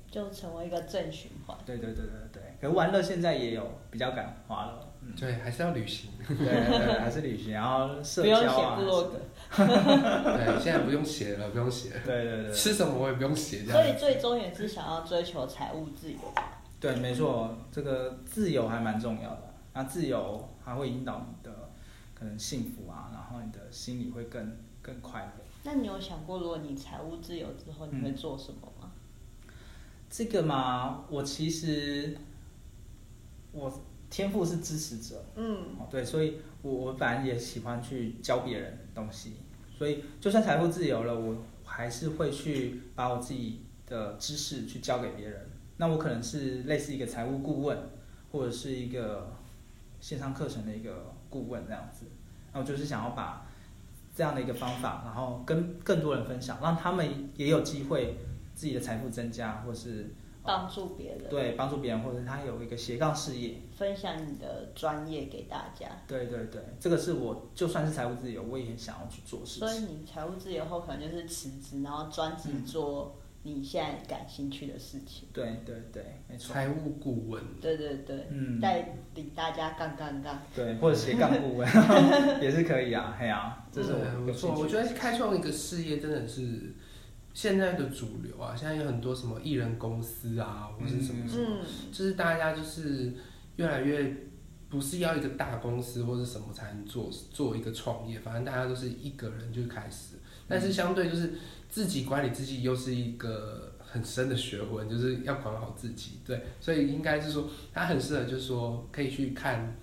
[SPEAKER 2] 就成为一个正循环。
[SPEAKER 3] 对对对对对，可是玩乐现在也有比较敢花了，嗯，
[SPEAKER 1] 对，还是要旅行。啊
[SPEAKER 3] 对对对，还是旅行，然后社
[SPEAKER 2] 不用
[SPEAKER 3] 交
[SPEAKER 2] 写
[SPEAKER 3] 啊，
[SPEAKER 2] 部落格，
[SPEAKER 1] 对，现在不用写了，不用写了，
[SPEAKER 3] 对对对，
[SPEAKER 1] 吃什么我也不用写，这
[SPEAKER 2] 所以
[SPEAKER 1] 样。
[SPEAKER 2] 最终也是想要追求财务自由。
[SPEAKER 3] 对，没错，这个自由还蛮重要的，那自由还会引导你的可能幸福啊，然后你的心里会更更快乐。
[SPEAKER 2] 那你有想过，如果你财务自由之后，你会做什么吗？
[SPEAKER 3] 这个嘛，我其实我天赋是支持者，
[SPEAKER 2] 嗯，
[SPEAKER 3] 哦，对，所以我我本来也喜欢去教别人东西，所以就算财富自由了，我还是会去把我自己的知识去教给别人。那我可能是类似一个财务顾问，或者是一个线上课程的一个顾问这样子。那我就是想要把这样的一个方法，然后跟更多人分享，让他们也有机会自己的财富增加，或是
[SPEAKER 2] 帮助别人，
[SPEAKER 3] 嗯对帮助别人，或者他有一个斜杠事业。
[SPEAKER 2] 分享你的专业给大家。
[SPEAKER 3] 对对对，这个是我就算是财务自由，我也很想要去做事
[SPEAKER 2] 所以
[SPEAKER 3] 情。
[SPEAKER 2] 你财务自由后，可能就是辞职，然后专职做你现在感兴趣的事情。
[SPEAKER 3] 对对对，没错。
[SPEAKER 1] 财务顾问，
[SPEAKER 2] 对对对，
[SPEAKER 3] 嗯，
[SPEAKER 2] 带领大家杠杠杠。
[SPEAKER 3] 对，或者斜杠顾问也是可以啊，嘿啊，这是我
[SPEAKER 1] 嗯对不
[SPEAKER 3] 有兴
[SPEAKER 1] 错。
[SPEAKER 3] 趣
[SPEAKER 1] 我觉得开创一个事业真的是现在的主流啊，现在有很多什么艺人公司啊，或是什么什么，
[SPEAKER 2] 嗯，
[SPEAKER 1] 就是大家就是越来越不是要一个大公司或者什么才能做做一个创业，反正大家都是一个人就开始，但
[SPEAKER 3] 嗯
[SPEAKER 1] 是相对就是自己管理自己又是一个很深的学问，就是要管好自己，对，所以应该是说他很适合，就是说可以去看，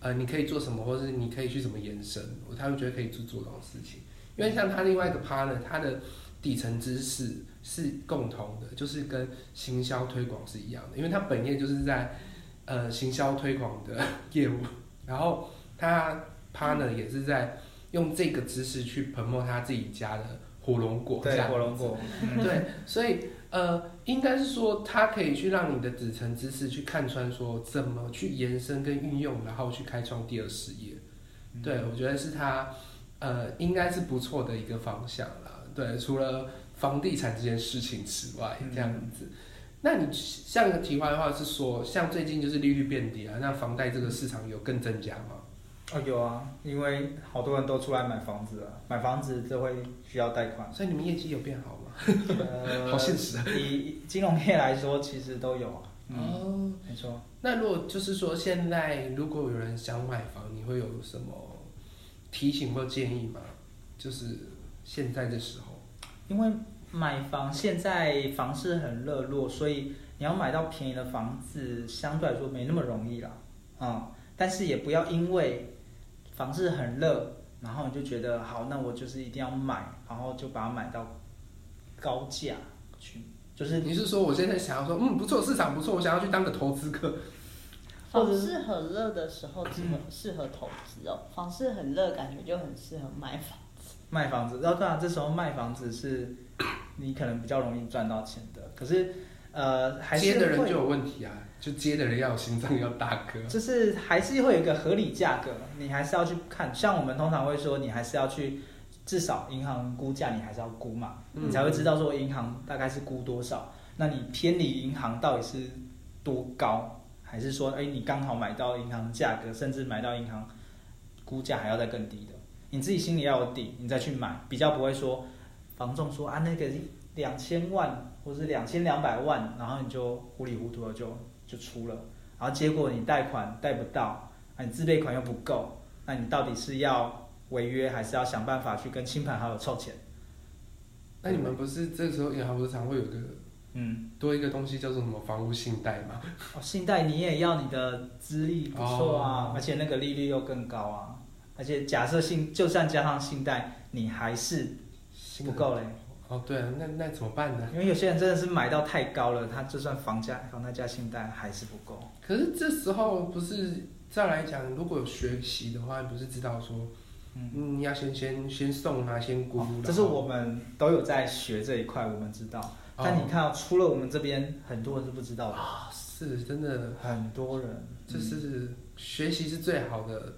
[SPEAKER 1] 呃，你可以做什么，或是你可以去怎么延伸，我他会觉得可以去做这种事情，因为像他另外一个 partner，他的底层知识是共同的，就是跟行销推广是一样的，因为他本业就是在呃行销推广的 业务，然后他 partner 也是在用这个知识去 promote 他自己家的火龙果，这
[SPEAKER 3] 对
[SPEAKER 1] 样
[SPEAKER 3] 火龙
[SPEAKER 1] 子
[SPEAKER 3] 果，
[SPEAKER 1] 对，所以呃，应该是说它可以去让你的底层知识去看穿，说怎么去延伸跟运用，然后去开创第二事业。对，我觉得是它呃，应该是不错的一个方向啦。对，除了房地产这件事情之外，这样子。那你像一个题外话是说，像最近就是利率变低啊，那房贷这个市场有更增加吗？。
[SPEAKER 3] 哦有啊，因为好多人都出来买房子了，买房子就会需要贷款
[SPEAKER 1] 所以你们业绩有变好吗？
[SPEAKER 3] 呃
[SPEAKER 1] 好现实啊。
[SPEAKER 3] 以金融业来说，其实都有啊。嗯，
[SPEAKER 1] 哦，
[SPEAKER 3] 没错。
[SPEAKER 1] 那如果就是说现在如果有人想买房，你会有什么提醒或建议吗？就是现在的时候，
[SPEAKER 3] 因为买房现在房市很热络，所以你要买到便宜的房子，相对来说没那么容易啦。嗯，但是也不要因为房市很热，然后你就觉得好，那我就是一定要买，然后就把它买到高价去，就是
[SPEAKER 1] 你是说我现在想要说，嗯，不错，市场不错，我想要去当个投资客，
[SPEAKER 3] 或
[SPEAKER 2] 房
[SPEAKER 3] 者
[SPEAKER 2] 市很热的时候，适合适合投资哦。房市很热，感觉就很适合买房。
[SPEAKER 3] 卖房子，然后对啊，这时候卖房子是你可能比较容易赚到钱的，可是呃， 还是
[SPEAKER 1] 接的人
[SPEAKER 3] 会
[SPEAKER 1] 就有问题啊，就接的人要有心脏要大颗，
[SPEAKER 3] 就是还是会有一个合理价格，你还是要去看。像我们通常会说，你还是要去，至少银行估价你还是要估嘛，
[SPEAKER 1] 嗯
[SPEAKER 3] 你才会知道说银行大概是估多少。那你偏离银行到底是多高，还是说，哎，你刚好买到银行价格，甚至买到银行估价还要再更低的，你自己心里要有底，你再去买，比较不会说房仲说啊那个两千万或是两千两百万，然后你就糊里糊涂的就就出了。然后结果你贷款贷不到，啊，你自备款又不够，那你到底是要违约，还是要想办法去跟亲朋好友凑钱？
[SPEAKER 1] 嗯那你们不是这时候银行不是常会有个
[SPEAKER 3] 嗯，
[SPEAKER 1] 多一个东西叫做什么房屋信贷嘛，
[SPEAKER 3] 哦，信贷你也要你的资历不错啊，
[SPEAKER 1] 哦
[SPEAKER 3] 而且那个利率又更高啊，而且假设信就算加上信贷，你还是不够嘞，
[SPEAKER 1] 哦，对啊，那那怎么办呢？
[SPEAKER 3] 因为有些人真的是买到太高了，他就算房价房贷加信贷还是不够。
[SPEAKER 1] 可是这时候不是照来讲，如果有学习的话，你不是知道说，
[SPEAKER 3] 嗯
[SPEAKER 1] 嗯，要先先先送啊，先估、
[SPEAKER 3] 哦
[SPEAKER 1] 然后
[SPEAKER 3] 这是我们都有在学这一块，我们知道。
[SPEAKER 1] 哦
[SPEAKER 3] 但你看、哦，除了我们这边，很多人是不知道的，
[SPEAKER 1] 啊是真的，
[SPEAKER 3] 很多人
[SPEAKER 1] 就是、
[SPEAKER 3] 嗯
[SPEAKER 1] 学习是最好的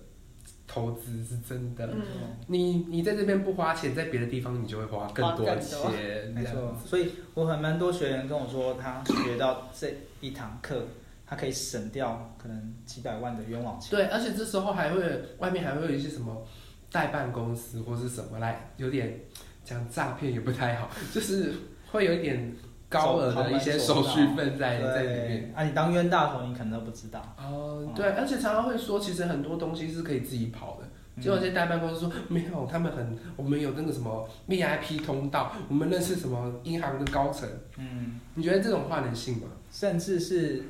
[SPEAKER 1] 投资，是真的。
[SPEAKER 2] 嗯
[SPEAKER 1] 你你在这边不花钱，在别的地方你就会花更
[SPEAKER 2] 花更多
[SPEAKER 1] 钱，
[SPEAKER 3] 没
[SPEAKER 1] 这
[SPEAKER 3] 错
[SPEAKER 1] 样，子。
[SPEAKER 3] 所以我很蛮多学员跟我说，他学到这一堂课，他可以省掉可能几百万的冤枉钱。
[SPEAKER 1] 对，而且这时候还会外面还会有一些什么代办公司或是什么来，有点讲诈骗也不太好，就是会有一点高额的一些手续费在哎在里面。
[SPEAKER 3] 对，啊，你当冤大头，你可能都不知道。
[SPEAKER 1] 哦
[SPEAKER 3] 嗯，
[SPEAKER 1] 对，而且常常会说，其实很多东西是可以自己跑的。
[SPEAKER 3] 嗯
[SPEAKER 1] 结果这些代办公司说没有，他们很，我们有那个什么 VIP 通道，我们认识什么银行的高层。
[SPEAKER 3] 嗯，
[SPEAKER 1] 你觉得这种话能信吗？
[SPEAKER 3] 甚至是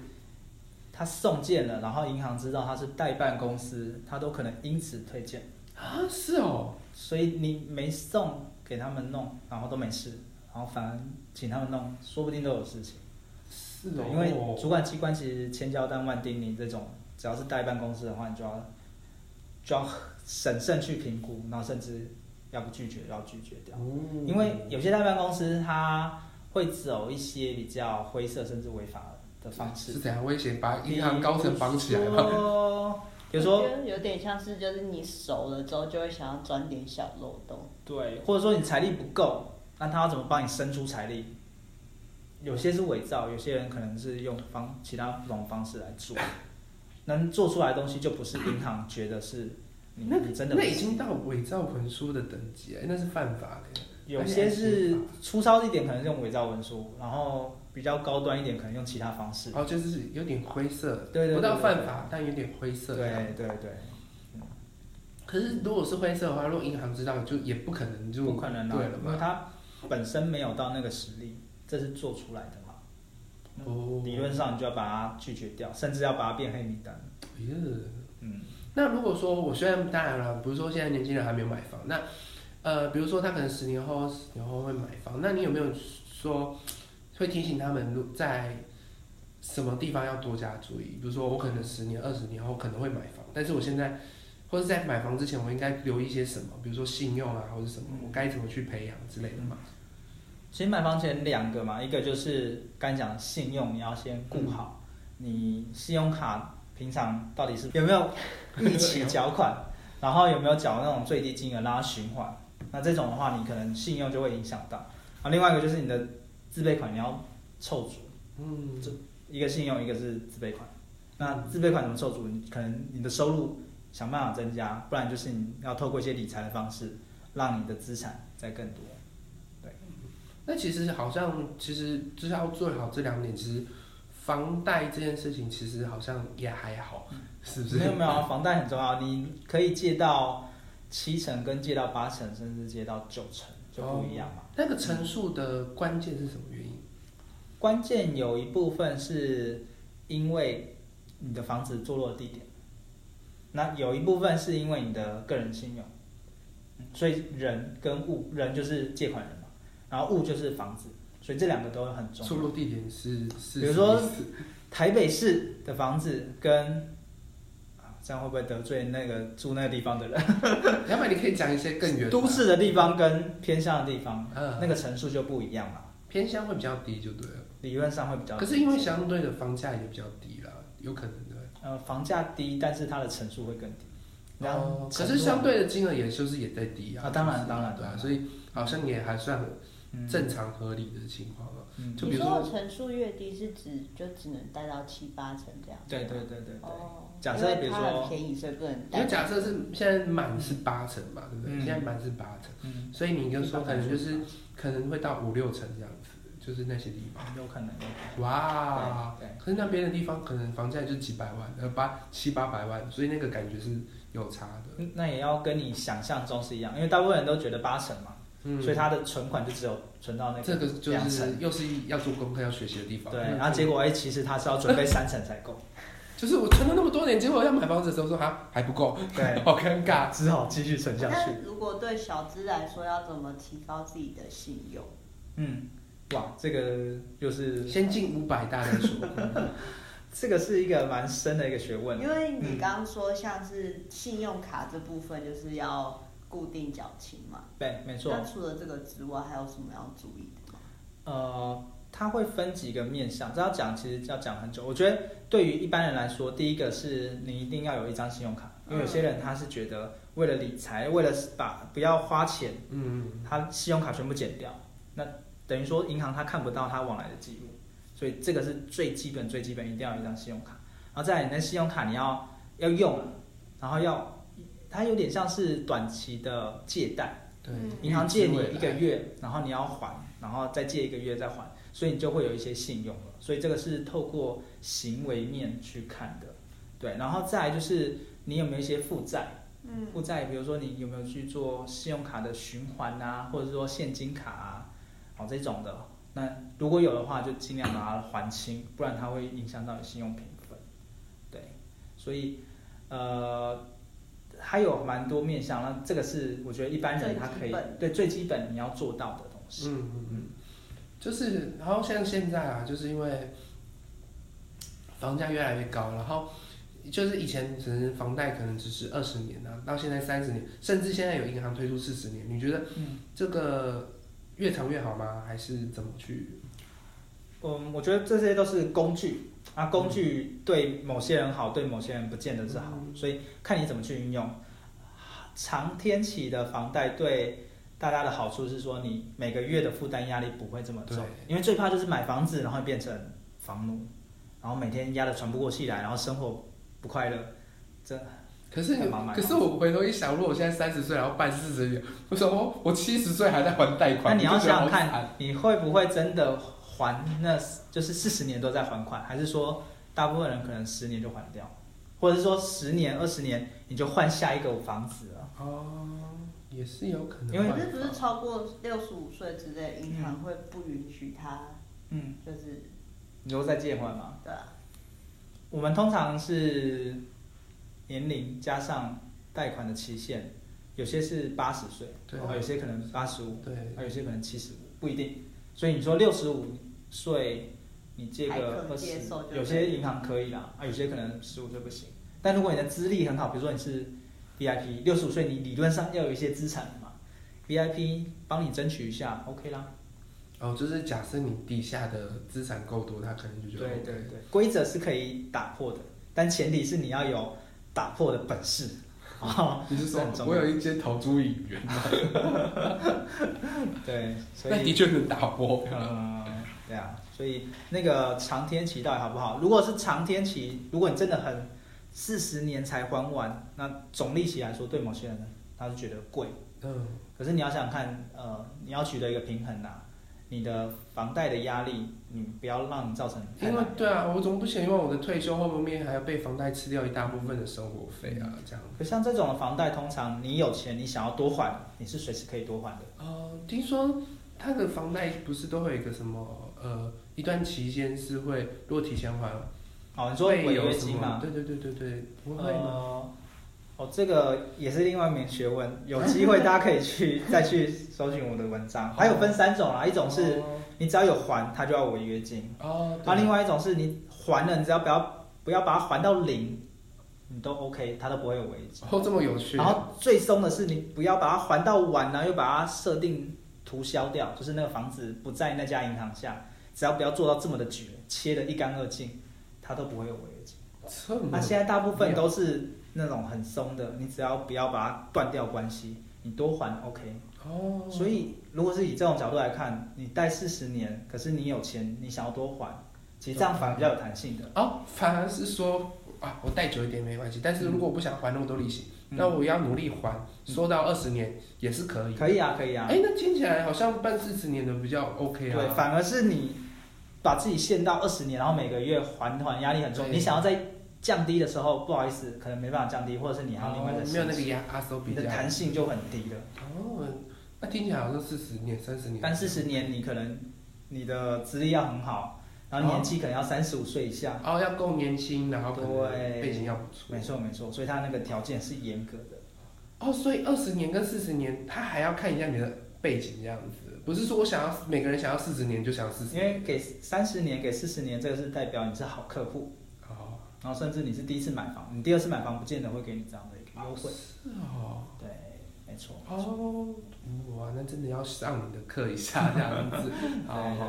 [SPEAKER 3] 他送件了，然后银行知道他是代办公司，他都可能因此推荐。
[SPEAKER 1] 啊，是哦，
[SPEAKER 3] 所以你没送给他们弄，然后都没事，然后反而请他们弄，说不定都有事情。
[SPEAKER 1] 是哦
[SPEAKER 3] 对，，因为主管机关其实千交代万叮咛，这种只要是代办公司的话，你就要就要审慎去评估，然后甚至要不拒绝，要拒绝掉。
[SPEAKER 1] 哦
[SPEAKER 3] 因为有些代办公司它会走一些比较灰色甚至违法的方
[SPEAKER 1] 是
[SPEAKER 3] 式，
[SPEAKER 1] 怎样威胁把银行高层绑起来吗？
[SPEAKER 3] 吗？比如
[SPEAKER 2] 我
[SPEAKER 3] 说
[SPEAKER 2] 觉得有点像是就是你熟了之后就会想要钻点小漏洞，
[SPEAKER 3] 对，或者说你财力不够，那他要怎么帮你生出财力？有些是伪造，有些人可能是用方其他不同方式来做，能做出来的东西就不是银行觉得是你
[SPEAKER 1] 那
[SPEAKER 3] 你真的不
[SPEAKER 1] 那已
[SPEAKER 3] 行
[SPEAKER 1] 经到伪造文书的等级了，那是犯法的。
[SPEAKER 3] 有些是粗糙一点，可能用伪造文书，然后比较高端一点，可能用其他方式。
[SPEAKER 1] 哦，就是有点灰色，
[SPEAKER 3] 对对对
[SPEAKER 1] 不到
[SPEAKER 3] 对
[SPEAKER 1] 犯
[SPEAKER 3] 对
[SPEAKER 1] 法，但有点灰色。
[SPEAKER 3] 对对对，
[SPEAKER 1] 可是如果是灰色的话，如果银行知道，就也不可能就
[SPEAKER 3] 不可能啊
[SPEAKER 1] 对了，
[SPEAKER 3] 因为
[SPEAKER 1] 嘛。
[SPEAKER 3] 他本身没有到那个实力，这是做出来的嘛。
[SPEAKER 1] 哦，
[SPEAKER 3] 理论上你就要把它拒绝掉，甚至要把它变黑名单。
[SPEAKER 1] 哎呀
[SPEAKER 3] 嗯。
[SPEAKER 1] 那如果说我虽然当然了，比如说现在年轻人还没有买房，那呃，比如说他可能十年后、十年后会买房，那你有没有说会提醒他们如在什么地方要多加注意？比如说我可能十年、二十年后可能会买房，但是我现在或者在买房之前，我应该留意些什么？比如说信用啊，或者什么，我该怎么去培养之类的嘛？
[SPEAKER 3] 其实买房前两个嘛，一个就是刚才讲的信用，你要先顾好，你信用卡平常到底是有没有一起缴款，然后有没有缴那种最低金额让它循环，那这种的话，你可能信用就会影响到。啊，另外一个就是你的自备款你要凑足，
[SPEAKER 1] 嗯，
[SPEAKER 3] 这一个信用，一个是自备款。那自备款怎么凑足？你可能你的收入想办法增加，不然就是你要透过一些理财的方式，让你的资产再更多。
[SPEAKER 1] 那其实好像，其实就是要做好这两点。其实房贷这件事情，其实好像也还好，是不是？
[SPEAKER 3] 嗯没有没有啊，房贷很重要，你可以借到七成，跟借到八成，甚至借到九成就不一样嘛。
[SPEAKER 1] 那个陈述的关键是什么原因？
[SPEAKER 3] 关键有一部分是因为你的房子坐落的地点，那有一部分是因为你的个人信用，嗯所以人跟物，人就是借款人嘛，然后物就是房子，所以这两个都很重
[SPEAKER 1] 出
[SPEAKER 3] 要。
[SPEAKER 1] 入地点是是，
[SPEAKER 3] 比如说
[SPEAKER 1] 什么意思
[SPEAKER 3] 台北市的房子跟啊这样会不会得罪那个住那个地方的人？
[SPEAKER 1] 要不然你可以讲一些更远的
[SPEAKER 3] 都，市的地方跟偏乡的地方，
[SPEAKER 1] 嗯，
[SPEAKER 3] 那个层数就不一样嘛，
[SPEAKER 1] 偏乡会比较低就对了。
[SPEAKER 3] 理论上会比较低。
[SPEAKER 1] 可是因为相对的房价也比较低啦，有可能对。
[SPEAKER 3] 呃房价低，但是它的层数会更低。然后
[SPEAKER 1] 哦，可
[SPEAKER 3] 层数
[SPEAKER 1] 是相对的金额也就是也在低
[SPEAKER 3] 啊
[SPEAKER 1] 啊。
[SPEAKER 3] 当然
[SPEAKER 1] 就是
[SPEAKER 3] 当然
[SPEAKER 1] 对
[SPEAKER 3] 当
[SPEAKER 1] 啊，
[SPEAKER 3] 然
[SPEAKER 1] 所以好像也还算
[SPEAKER 3] 嗯
[SPEAKER 1] 正常合理的情况啊。
[SPEAKER 3] 嗯
[SPEAKER 1] 就比
[SPEAKER 2] 你
[SPEAKER 1] 如
[SPEAKER 2] 说
[SPEAKER 1] 说
[SPEAKER 2] 的层数越低是指就只能贷到七八成这样子吗，
[SPEAKER 3] 对对对对对，
[SPEAKER 2] 哦，
[SPEAKER 3] 假设
[SPEAKER 2] 因为
[SPEAKER 3] 比如
[SPEAKER 2] 它
[SPEAKER 3] 说
[SPEAKER 2] 很便宜，所以不能
[SPEAKER 1] 因
[SPEAKER 2] 贷
[SPEAKER 1] 为。假设是现在满是八成嘛，对不对？
[SPEAKER 3] 嗯
[SPEAKER 1] 现在满是八成，
[SPEAKER 3] 嗯，
[SPEAKER 1] 所以你就说可能就是
[SPEAKER 3] 嗯
[SPEAKER 1] 可能会到五六成这样子，就是那些地方。
[SPEAKER 3] 有可能有可
[SPEAKER 1] 哇
[SPEAKER 3] 能，，对，对
[SPEAKER 1] 可是那边的地方可能房价就几百万，呃八七八百万，所以那个感觉是有差的。
[SPEAKER 3] 嗯那也要跟你想象中是一样，因为大部分人都觉得八成嘛，
[SPEAKER 1] 嗯，
[SPEAKER 3] 所以他的存款就只有存到那
[SPEAKER 1] 这个就
[SPEAKER 3] 两
[SPEAKER 1] 是
[SPEAKER 3] 成。
[SPEAKER 1] 又是要做功课要学习的地方。
[SPEAKER 3] 对，
[SPEAKER 1] 嗯
[SPEAKER 3] 然后结果哎，其实他是要准备三成才 够，
[SPEAKER 1] 就是我存了那么多年，结果要买房子的时候说啊还不够，
[SPEAKER 3] 对，
[SPEAKER 1] 好尴尬。
[SPEAKER 3] 只好继续存下去。
[SPEAKER 2] 那如果对小资来说，要怎么提高自己的信用？
[SPEAKER 3] 嗯，哇，这个就是
[SPEAKER 1] 先进五百大再说。嗯
[SPEAKER 3] 这个是一个蛮深的一个学问。
[SPEAKER 2] 因为
[SPEAKER 3] 嗯
[SPEAKER 2] 你刚刚说像是信用卡这部分，就是要固定缴清嘛。
[SPEAKER 3] 对，没错
[SPEAKER 2] 那。除了这个之外，还有什么要注意的吗？
[SPEAKER 3] 呃，它会分几个面向，这要讲其实要讲很久。我觉得对于一般人来说，第一个是你一定要有一张信用卡，因
[SPEAKER 2] 嗯
[SPEAKER 3] 为有些人他是觉得为了理财，为了把不要花钱，
[SPEAKER 1] 嗯，
[SPEAKER 3] 他信用卡全部减掉，那等于说银行他看不到他往来的记录，所以这个是最基本最基本一定要有一张信用卡。然后再来，你的信用卡你要要用，然后要它有点像是短期的借贷。
[SPEAKER 1] 对，
[SPEAKER 3] 银行借
[SPEAKER 1] 预
[SPEAKER 3] 你一
[SPEAKER 1] 知
[SPEAKER 3] 个
[SPEAKER 1] 未来，
[SPEAKER 3] 月，然后你要还，然后再借一个月再还，所以你就会有一些信用了。所以这个是透过行为面去看的，对。然后再来就是你有没有一些负债，
[SPEAKER 2] 嗯
[SPEAKER 3] 负债比如说你有没有去做信用卡的循环啊，或者是说现金卡啊，哦这种的。那如果有的话，就尽量把它还清，不然它会影响到你信用评分。对，所以呃，还有蛮多面向，那这个是我觉得一般人他可
[SPEAKER 2] 最基
[SPEAKER 3] 以
[SPEAKER 2] 本
[SPEAKER 3] 对最基本你要做到的东西。
[SPEAKER 1] 嗯嗯嗯，就是，然后像现在啊，就是因为房价越来越高，然后就是以前只是房贷可能只是二十年啊，到现在三十年，甚至现在有银行推出四十年，你觉得
[SPEAKER 3] 嗯
[SPEAKER 1] 这个越长越好吗？还是怎么去？
[SPEAKER 3] 嗯，我觉得这些都是工具啊，工具对某些人好，对某些人不见得是好，所以看你怎么去运用。长天期的房贷对大家的好处是说，你每个月的负担压力不会这么重
[SPEAKER 1] 对，
[SPEAKER 3] 因为最怕就是买房子然后变成房奴，然后每天压得喘不过气来，然后生活不快乐，这
[SPEAKER 1] 可是
[SPEAKER 3] 干嘛买
[SPEAKER 1] 可是我回头一想，如果我现在三十岁，然后办四十年，我想哦，我七十岁还在还贷
[SPEAKER 3] 那
[SPEAKER 1] 款，
[SPEAKER 3] 你要
[SPEAKER 1] 我就觉得
[SPEAKER 3] 想想
[SPEAKER 1] 好惨
[SPEAKER 3] 看，你会不会真的还那，就是四十年都在还款，还是说大部分人可能十年就还掉，或者是说十年、二十年你就换下一个房子了？
[SPEAKER 1] 哦，也是有可能，
[SPEAKER 3] 因为
[SPEAKER 2] 可是不是超过六十五岁之类，银行会不允许他，
[SPEAKER 3] 嗯，
[SPEAKER 2] 就是
[SPEAKER 3] 你就再借还嘛。
[SPEAKER 2] 对啊，
[SPEAKER 3] 我们通常是年龄加上贷款的期限，有些是八十岁，哦
[SPEAKER 1] 对
[SPEAKER 3] 然后有些可能八十五，
[SPEAKER 1] 对，
[SPEAKER 3] 还有些可能七十五，不一定。所以你说六十五岁，你借个
[SPEAKER 2] 还可
[SPEAKER 3] 二
[SPEAKER 2] 接
[SPEAKER 3] 十
[SPEAKER 2] 受就，可以
[SPEAKER 3] 有些银行可以啦，啊，有些可能十五岁不行。但如果你的资历很好，比如说你是 VIP，六十五岁你理论上要有一些资产嘛，VIP 帮你争取一下，OK 啦。
[SPEAKER 1] 哦，就是假设你底下的资产够多，他可能就觉得
[SPEAKER 3] 对对对，规则是可以打破的，但前提是你要有打破的本事。哦，
[SPEAKER 1] 你是
[SPEAKER 3] 这很重
[SPEAKER 1] 说，
[SPEAKER 3] 要
[SPEAKER 1] 我有一间投注影院，
[SPEAKER 3] 对，所以
[SPEAKER 1] 那的确能打破。
[SPEAKER 3] 嗯，对啊，所以那个长天期到底好不好？如果是长天期，如果你真的很四十年才还完，那总利息来说，对某些人他是觉得贵。
[SPEAKER 1] 嗯，
[SPEAKER 3] 可是你要想想看，呃，你要取得一个平衡呐、啊你的房贷的压力，你不要让你造成太
[SPEAKER 1] 因
[SPEAKER 3] 大
[SPEAKER 1] 为
[SPEAKER 3] 的
[SPEAKER 1] 对啊，我总不希望我的退休后面还要被房贷吃掉一大部分的生活费啊，
[SPEAKER 3] 嗯
[SPEAKER 1] 这样。
[SPEAKER 3] 可像这种的房贷，通常你有钱，你想要多还，你是随时可以多还的。
[SPEAKER 1] 哦，听说他的房贷不是都会有一个什么呃，一段期间是会，如果提前还，
[SPEAKER 3] 哦，你说违
[SPEAKER 1] 会有
[SPEAKER 3] 约
[SPEAKER 1] 什
[SPEAKER 3] 金
[SPEAKER 1] 么？
[SPEAKER 3] 嘛？
[SPEAKER 1] 对对对对对，不会吗？
[SPEAKER 3] 呃，哦，这个也是另外一门学问，有机会大家可以去再去搜寻我的 文
[SPEAKER 1] 哦
[SPEAKER 3] 章。它有分三种啦，一种是你只要有还，它就要违约金；，
[SPEAKER 1] 哦，
[SPEAKER 3] 然后另
[SPEAKER 1] 外
[SPEAKER 3] 外一种是你还了，你只要不要不要把它还到零，你都 OK，它都不会有违约金。
[SPEAKER 1] 哦这么有趣
[SPEAKER 3] 然，后最松的是你不要把它还到晚，然后又把它设定涂销掉，就是那个房子不在那家银行下，只要不要做到这么的绝，切得一干二净，它都不会有违约金。
[SPEAKER 1] 这么
[SPEAKER 3] 那啊现在大部分都是那种很松的，你只要不要把它断掉关系，你多还 OK。
[SPEAKER 1] 哦，
[SPEAKER 3] 所以如果是以这种角度来看，你贷四十年，可是你有钱，你想要多还，其实这样反而比较有弹性的。
[SPEAKER 1] 哦，反而是说啊，我贷久一点没关系，但是如果我不想还那么多利息，
[SPEAKER 3] 嗯
[SPEAKER 1] 那我要努力还，说到二十年也是可以。
[SPEAKER 3] 可以啊，可以啊。
[SPEAKER 1] 哎，那听起来好像办四十年的比较 OK 啊。
[SPEAKER 3] 对，反而是你把自己限到二十年，然后每个月还还压力很重，
[SPEAKER 1] 对
[SPEAKER 3] 你想要在降低的时候，不好意思，可能没办法降低，或者是你还要另外再
[SPEAKER 1] 哦
[SPEAKER 3] 申
[SPEAKER 1] 没有那个
[SPEAKER 3] 请
[SPEAKER 1] 压压缩比
[SPEAKER 3] 你
[SPEAKER 1] 较
[SPEAKER 3] 的弹性就很低了。
[SPEAKER 1] 哦，那听起来好像四十年、三十年，
[SPEAKER 3] 但四十年你可能你的资历要很好，然后年纪可能要三十五岁以下。
[SPEAKER 1] 哦，要够年轻，然后可能
[SPEAKER 3] 对
[SPEAKER 1] 背景要不错
[SPEAKER 3] 没。错没错，所以他那个条件是严格的。
[SPEAKER 1] 哦，所以二十年跟四十年，他还要看一下你的背景这样子，不是说我想要每个人想要四十年就想要四十
[SPEAKER 3] 因。为给三十年、给四十年，这个是代表你是好客户，
[SPEAKER 1] 哦，
[SPEAKER 3] 然后甚至你是第一次买房，你第二次买房不见得会给你这样的一个优惠。
[SPEAKER 1] 是哦，
[SPEAKER 3] 对，没错。
[SPEAKER 1] 哦，哇，那真的要上你的课一下这样 子。好
[SPEAKER 3] 对
[SPEAKER 1] 好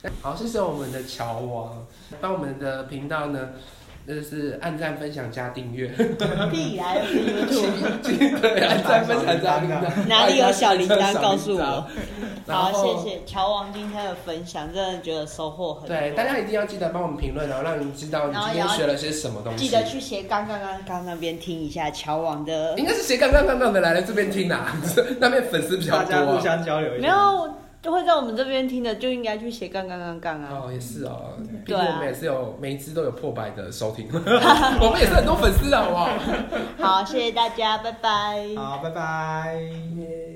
[SPEAKER 3] 对对
[SPEAKER 1] 好。好，谢谢我们的乔王，帮我们的频道呢，就是按赞、分享、加订 阅，
[SPEAKER 2] 必然是 YouTube。
[SPEAKER 1] 对，按赞、分享、加订阅。
[SPEAKER 2] 哪里有小铃铛告诉
[SPEAKER 1] 小铃
[SPEAKER 2] 我
[SPEAKER 1] 铛？然
[SPEAKER 2] 好，
[SPEAKER 1] 后
[SPEAKER 2] 谢谢乔王今天的分享，真的觉得收获很多。
[SPEAKER 1] 对，大家一定要记得帮我们评论，然后让你知道你今天学了些什么东西。
[SPEAKER 2] 记得去斜杠杠杠杠那边听一下乔王的。
[SPEAKER 1] 应该是斜杠杠杠杠的来了这边听啦， 那边粉丝比较
[SPEAKER 3] 大
[SPEAKER 1] 多、
[SPEAKER 3] 家互
[SPEAKER 1] 啊。
[SPEAKER 3] 相交流一下。
[SPEAKER 2] 没有，就会在我们这边听的，就应该去斜杠杠杠杠啊。
[SPEAKER 1] 哦，也是哦，毕
[SPEAKER 2] 对
[SPEAKER 1] 竟
[SPEAKER 2] 啊
[SPEAKER 1] 我们也是有每一支都有破百的收 听，我们也是很多粉丝的好不好？
[SPEAKER 2] 好，谢谢大家，拜拜。
[SPEAKER 3] 好，拜拜。